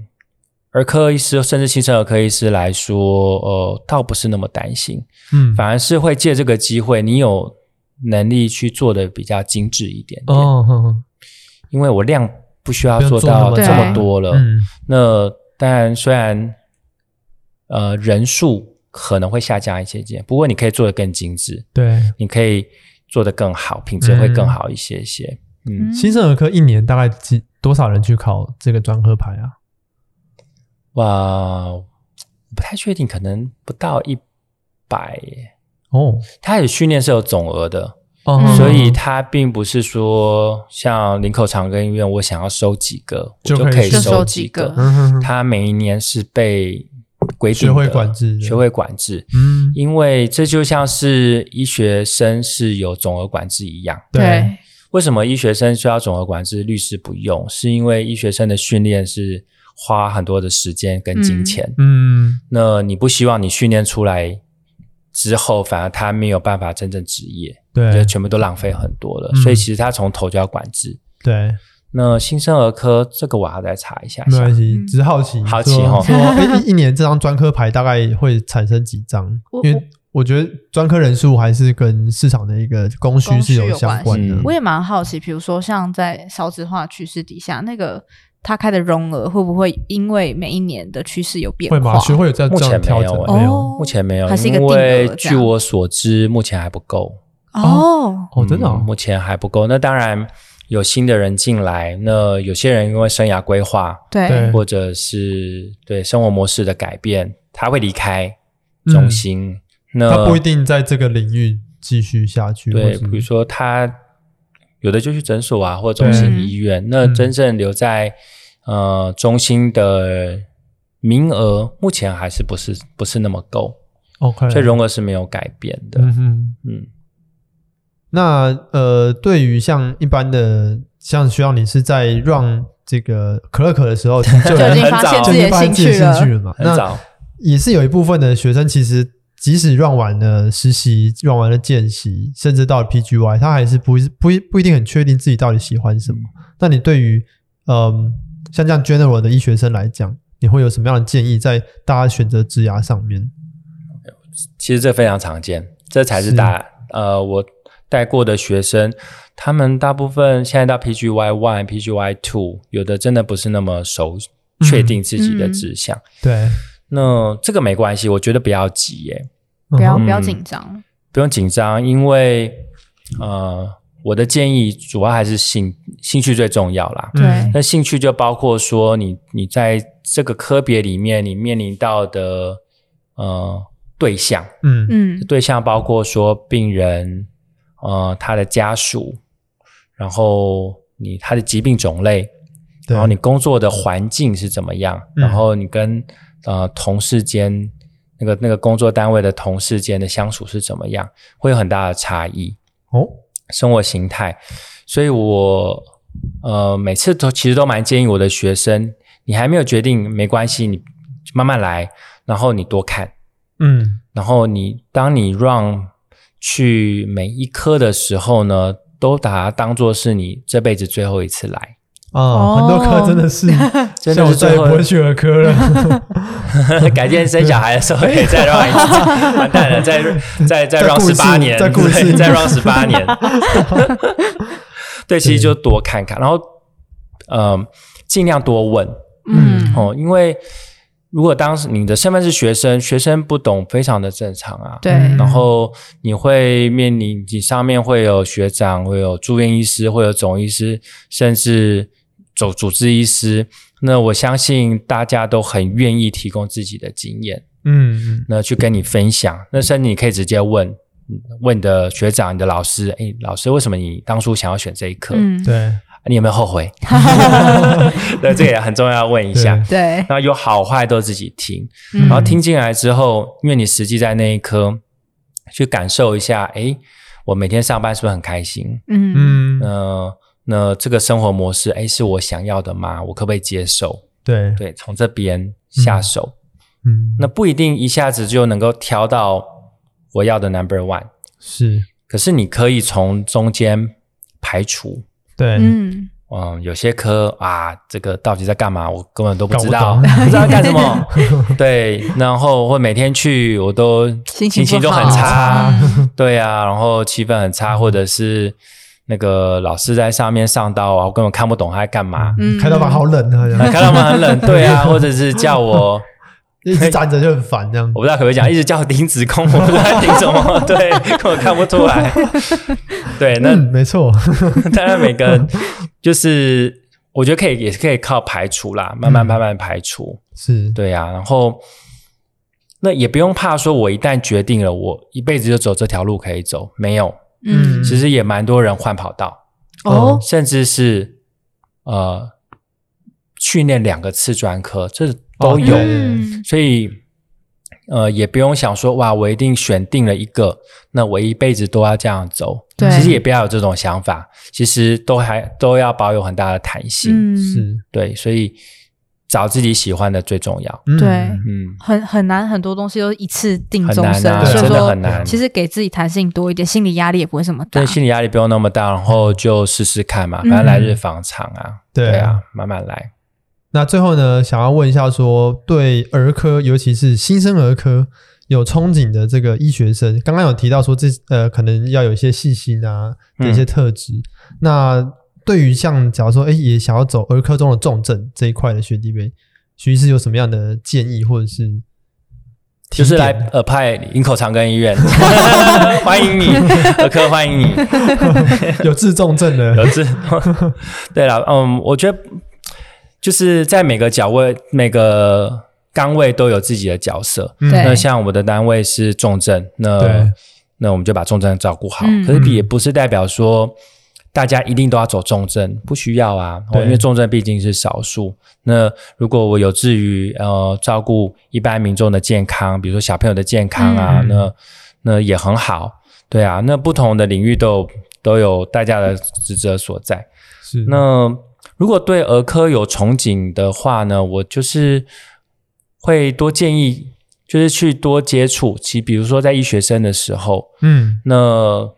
儿科医师甚至新生儿科医师来说，呃，倒不是那么担心，
嗯，
反而是会借这个机会，你有能力去做的比较精致一点点，
哦，哼哼
因为我量不需要
不用
做
做
到
那么
这
大
么多了。
嗯，
那当然，虽然呃人数可能会下降一些些，不过你可以做得更精致，
对，
你可以做得更好，品质会更好一些些。嗯，
新生儿科一年大概几多少人去考这个专科牌啊？
哇，不太确定，可能不到一百。
哦，
它的训练是有总额的，
哦
嗯
所以它并不是说像林口长庚医院，我想要收几个，我
就可以
可以
收
收
几
几
个
个。
嗯哼哼
它每一年是被规定
学会
的
管制的
学会管制。
嗯，
因为这就像是医学生是有总额管制一样。
对，
为什么医学生需要总额管制，律师不用？是因为医学生的训练是花很多的时间跟金钱。
嗯，
那你不希望你训练出来之后，反而他没有办法真正执业，就
对
全部都浪费很多了。
嗯
所以其实他从头就要管制。
对，
那新生儿科这个我还要再查一下
没
下。
关系，
嗯
只是好奇，
好奇
说
哦
说哎一一年这张专科牌大概会产生几张？
我
因为我觉得专科人数还是跟市场的一个供需
供
是
需
有
有
相
关
关的
系嗯
我也蛮好奇，比如说像在少子化趋势底下，那个他开的容额会不会因为每一年的趋势有变化？
会吗？学会有这样
嗯目
这
前
样调整
没有
没有？
哦
目前没有，
还是一个定
因
额
为
这
据
样
我所知，目前还不够。
哦，
哦，真的哦
嗯目前还不够。那当然有新的人进来，那有些人因为生涯规划
对
对，
或者是对生活模式的改变，他会离开中心。那
嗯他不一定在这个领域继续下去，或
呃对，
是
比如说他有的就去诊所啊，或者中心医院。那
嗯
真正留在、呃中心的名额，目前还是不是不是那么够，
OK，
所以容额是没有改变的。
嗯哼。
嗯
那呃，对于像一般的，像需要你是在让这个可乐可的时候，就
就 已经
很
发
早
现
就
自己的
已经发现
兴
自己的
趣了，
兴趣了嘛？
很
那
早。
也是有一部分的学生，其实即使让完了实习，让完了见习，甚至到了 PGY，他还是不不不一定很确定自己到底喜欢什么。那你对于嗯、像这样 general 的医学生来讲，你会有什么样的建议在大家选择职涯上面？
其实这非常常见，这才是大呃我带过的学生，他们大部分现在到 PGY one、PGY two，有的真的不是那么熟，
嗯
确定自己的志向。
对，
那这个没关系，我觉得不要急耶，
不要
嗯
不要
嗯
紧张，
不用紧张，因为呃我的建议主要还是兴兴趣最重要啦。
嗯
对
那兴趣就包括说你你在这个科别里面你面临到的呃对象。
嗯嗯
嗯，
对象包括说病人，呃，他的家属，然后你他的疾病种类，
对
然后你工作的环境是怎么样，
嗯
然后你跟呃同事间那个那个工作单位的同事间的相处是怎么样，会有很大的差异，
哦
生活形态，所以我呃每次都其实都蛮建议我的学生，你还没有决定没关系，你慢慢来，然后你多看。
嗯
然后你当你让去每一科的时候呢，都把它当做是你这辈子最后一次来，
啊，
哦
很多科真的是
真
像
的
我
是
再
最
也
后
不会去儿科了。
改天生小孩的时候也再让一 次，完蛋了，再再再
再
让
顾一
十
次
八年，
再顾一次
对再让十八 年。对，其实就多看看，然后嗯，尽量多问
嗯，
哦，因为如果当时你的身份是学生，学生不懂非常的正常啊。
对，
嗯
然后你会面临你上面会有学长，会有住院医师，会有总医师，甚至走主治医师。那我相信大家都很愿意提供自己的经验，
嗯，嗯
那去跟你分享。那甚至你可以直接问嗯问你的学长、你的老师，哎，老师，为什么你当初想要选这一科？啊
嗯，
对，
你有没有后悔？ 对，这个也很重要，问一下。
对，嗯
那有好坏都自己听。
然
嗯
然后听进来之后，因为你实际在那一科，去感受一下，诶，我每天上班是不是很开心？
嗯
嗯，
呃，那这个生活模式，诶，是我想要的吗？我可不可以接受？
对，
对，从这边下手，
嗯，
那不一定一下子就能够挑到我要的 number one，
是
可是你可以从中间排除。
对，
嗯，
嗯，有些科啊，这个到底在干嘛？我根本都不知
搞
道，
不懂
知道干什么。对，然后或每天去，我都
心情
心情
不
都很
好
差
嗯。
对啊，然后气氛很差，或者是那个老师在上面上到啊，我根本看不懂他在干嘛。
嗯
啊开头发好冷啊，这
那
样
看到吗？很冷，对啊，或者是叫我，
一直站着就很烦，这样
我不知道可不可以讲，一直叫我顶子宫，我不知道他顶什么， 对，我看不出来。对，那
嗯，没错，
当然，每个人就是我觉得可以，也是可以靠排除啦，慢慢慢慢排除。
是，
对呀、然后那也不用怕说，我一旦决定了，我一辈子就走这条路可以走，没有。
嗯
其实也蛮多人换跑道，
哦
甚至是呃训练两个次专科，这都
哦
有。
对
嗯
所以呃，也不用想说哇，我一定选定了一个，那我一辈子都要这样走。
对
其实也不要有这种想法，其实都还都要保有很大的弹性。
嗯
是，
对，所以找自己喜欢的最重要。
嗯
对
嗯，
很很难，很多东西都一次定
很
终
难
身，
啊，
对
所以
真的
说
很难。
其实给自己弹性多一点，心理压力也不会这么大
对，。心理压力不用那么大，然后就试试看嘛，反正
嗯
来日方长啊。
对
对啊，慢慢来。
那最后呢，想要问一下说，对儿科，尤其是新生儿科有憧憬的这个医学生，刚刚有提到说这呃，可能要有一些细心啊
嗯
的一些特质。那对于像假如说，哎、也想要走儿科中的重症这一块的学弟妹，徐医师有什么样的建议或者是提点？
就是来呃派营口长庚医院， 欢迎你，儿科欢迎你。
有自重症的，
有自对了，嗯，我觉得就是在每个角位、每个岗位都有自己的角色。
嗯
对
那像我的单位是重症，
对
那那我们就把重症照顾好。
嗯
可是也不是代表说大家一定都要走重症，不需要啊，哦
对
因为重症毕竟是少数。那如果我有志于呃照顾一般民众的健康，比如说小朋友的健康啊，
嗯
那那也很好。对啊，那不同的领域都有都有大家的职责所在。
是
那如果对儿科有憧憬的话呢，我就是会多建议，就是去多接触。其比如说在医学生的时候，
嗯
那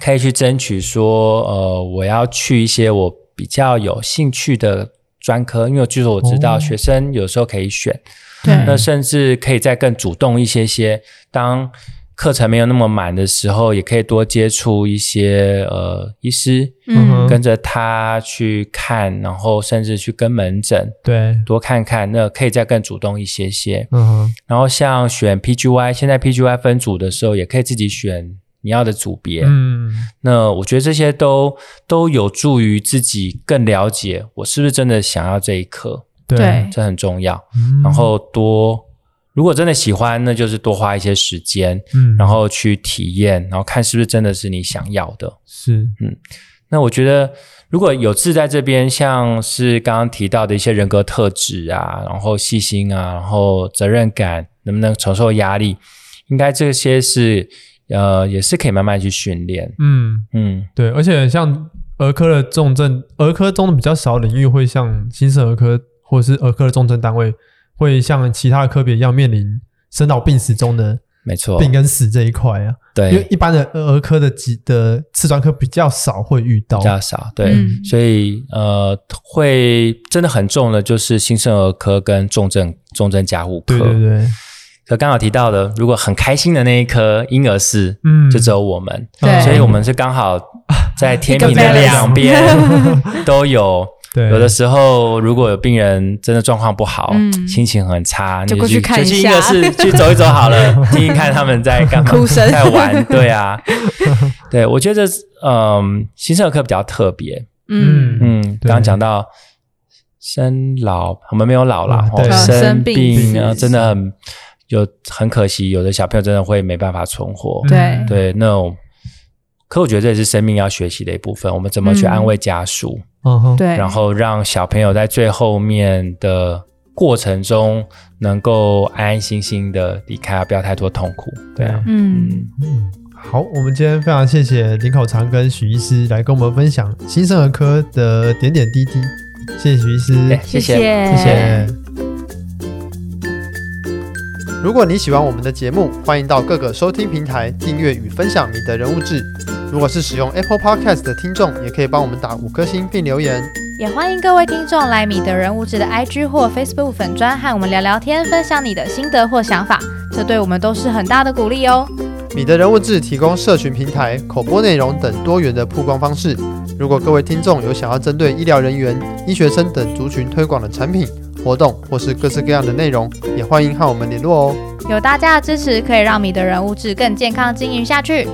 可以去争取说，呃，我要去一些我比较有兴趣的专科，因为据说我知道
哦
学生有时候可以选，
嗯
对
那甚至可以再更主动一些些。当课程没有那么满的时候，也可以多接触一些呃医师，
嗯
跟着他去看，然后甚至去跟门诊
对，
多看看，那可以再更主动一些些。
嗯哼
然后像选 PGY，现在 PGY 分组的时候，也可以自己选你要的组别。
嗯
那我觉得这些都都有助于自己更了解我是不是真的想要这一科，
对
这很重要。
嗯
然后多，如果真的喜欢，那就是多花一些时间，
嗯
然后去体验，然后看是不是真的是你想要的。
是
那我觉得，如果有志在这边，像是刚刚提到的一些人格特质啊，然后细心啊，然后责任感，能不能承受压力，应该这些是呃，也是可以慢慢去训练。
嗯。
嗯，
对，而且像儿科的重症，儿科中的比较少领域会像新生儿科或者是儿科的重症单位，会像其他的科别一样面临生老病死中的
没错，
病跟死这一块啊。因为
哦对，
一般的儿儿科的几的次专科比较少会遇到
比。较少，对，
嗯
所以呃，会真的很重的，就是新生儿科跟重症重症加护科。
对对对，
可刚好提到的，如果很开心的那一科婴儿室，
嗯，
就只有我们，
对
所以我们是 刚好在天平
一个
的
balance
两边 都有。
对
有的时候，如果有病人真的状况不好，
嗯
心情很差，
就
你
过去
去
看一
就去
下
婴儿室去走一走 好了，听听看他们在干嘛，
哭声
在 玩。对啊，对，我觉得嗯，新生儿科比较特别。
嗯
嗯，
对
刚刚讲到生老，我们没有老啦
啊，
哦
对
生
嗯生病
病
死
啊，真的很有很可惜，有的小朋友真的会没办法存
嗯
活。
对
对，那种可我觉得这也是生命要学习的一部分，我们怎么去
嗯
安慰家属，
嗯哼，
对，
然后让小朋友在最后面的过程中能够安安心心的离开，不要太多痛苦。对啊，
嗯，
嗯，好，我们今天非常谢谢林口长跟许医师来跟我们分享新生儿科的点点滴滴，谢谢许医师，
哎谢谢
嗯谢
谢谢。如果你喜欢我们的节目，欢迎到各个收听平台订阅与分享你的人物志。如果是使用 Apple Podcast 的听众，也可以帮我们打五颗星并留言。
也欢迎各位听众来米的人物志的 IG 或 Facebook 粉专和我们聊聊天，分享你的心得或想法，这对我们都是很大的鼓励哦。
米的人物志提供社群平台、口播内容等多元的曝光方式。如果各位听众有想要针对医疗人员、医学生等族群推广的产品、活动或是各式各样的内容，也欢迎和我们联络哦。
有大家的支持，可以让米的人物志更健康经营下去。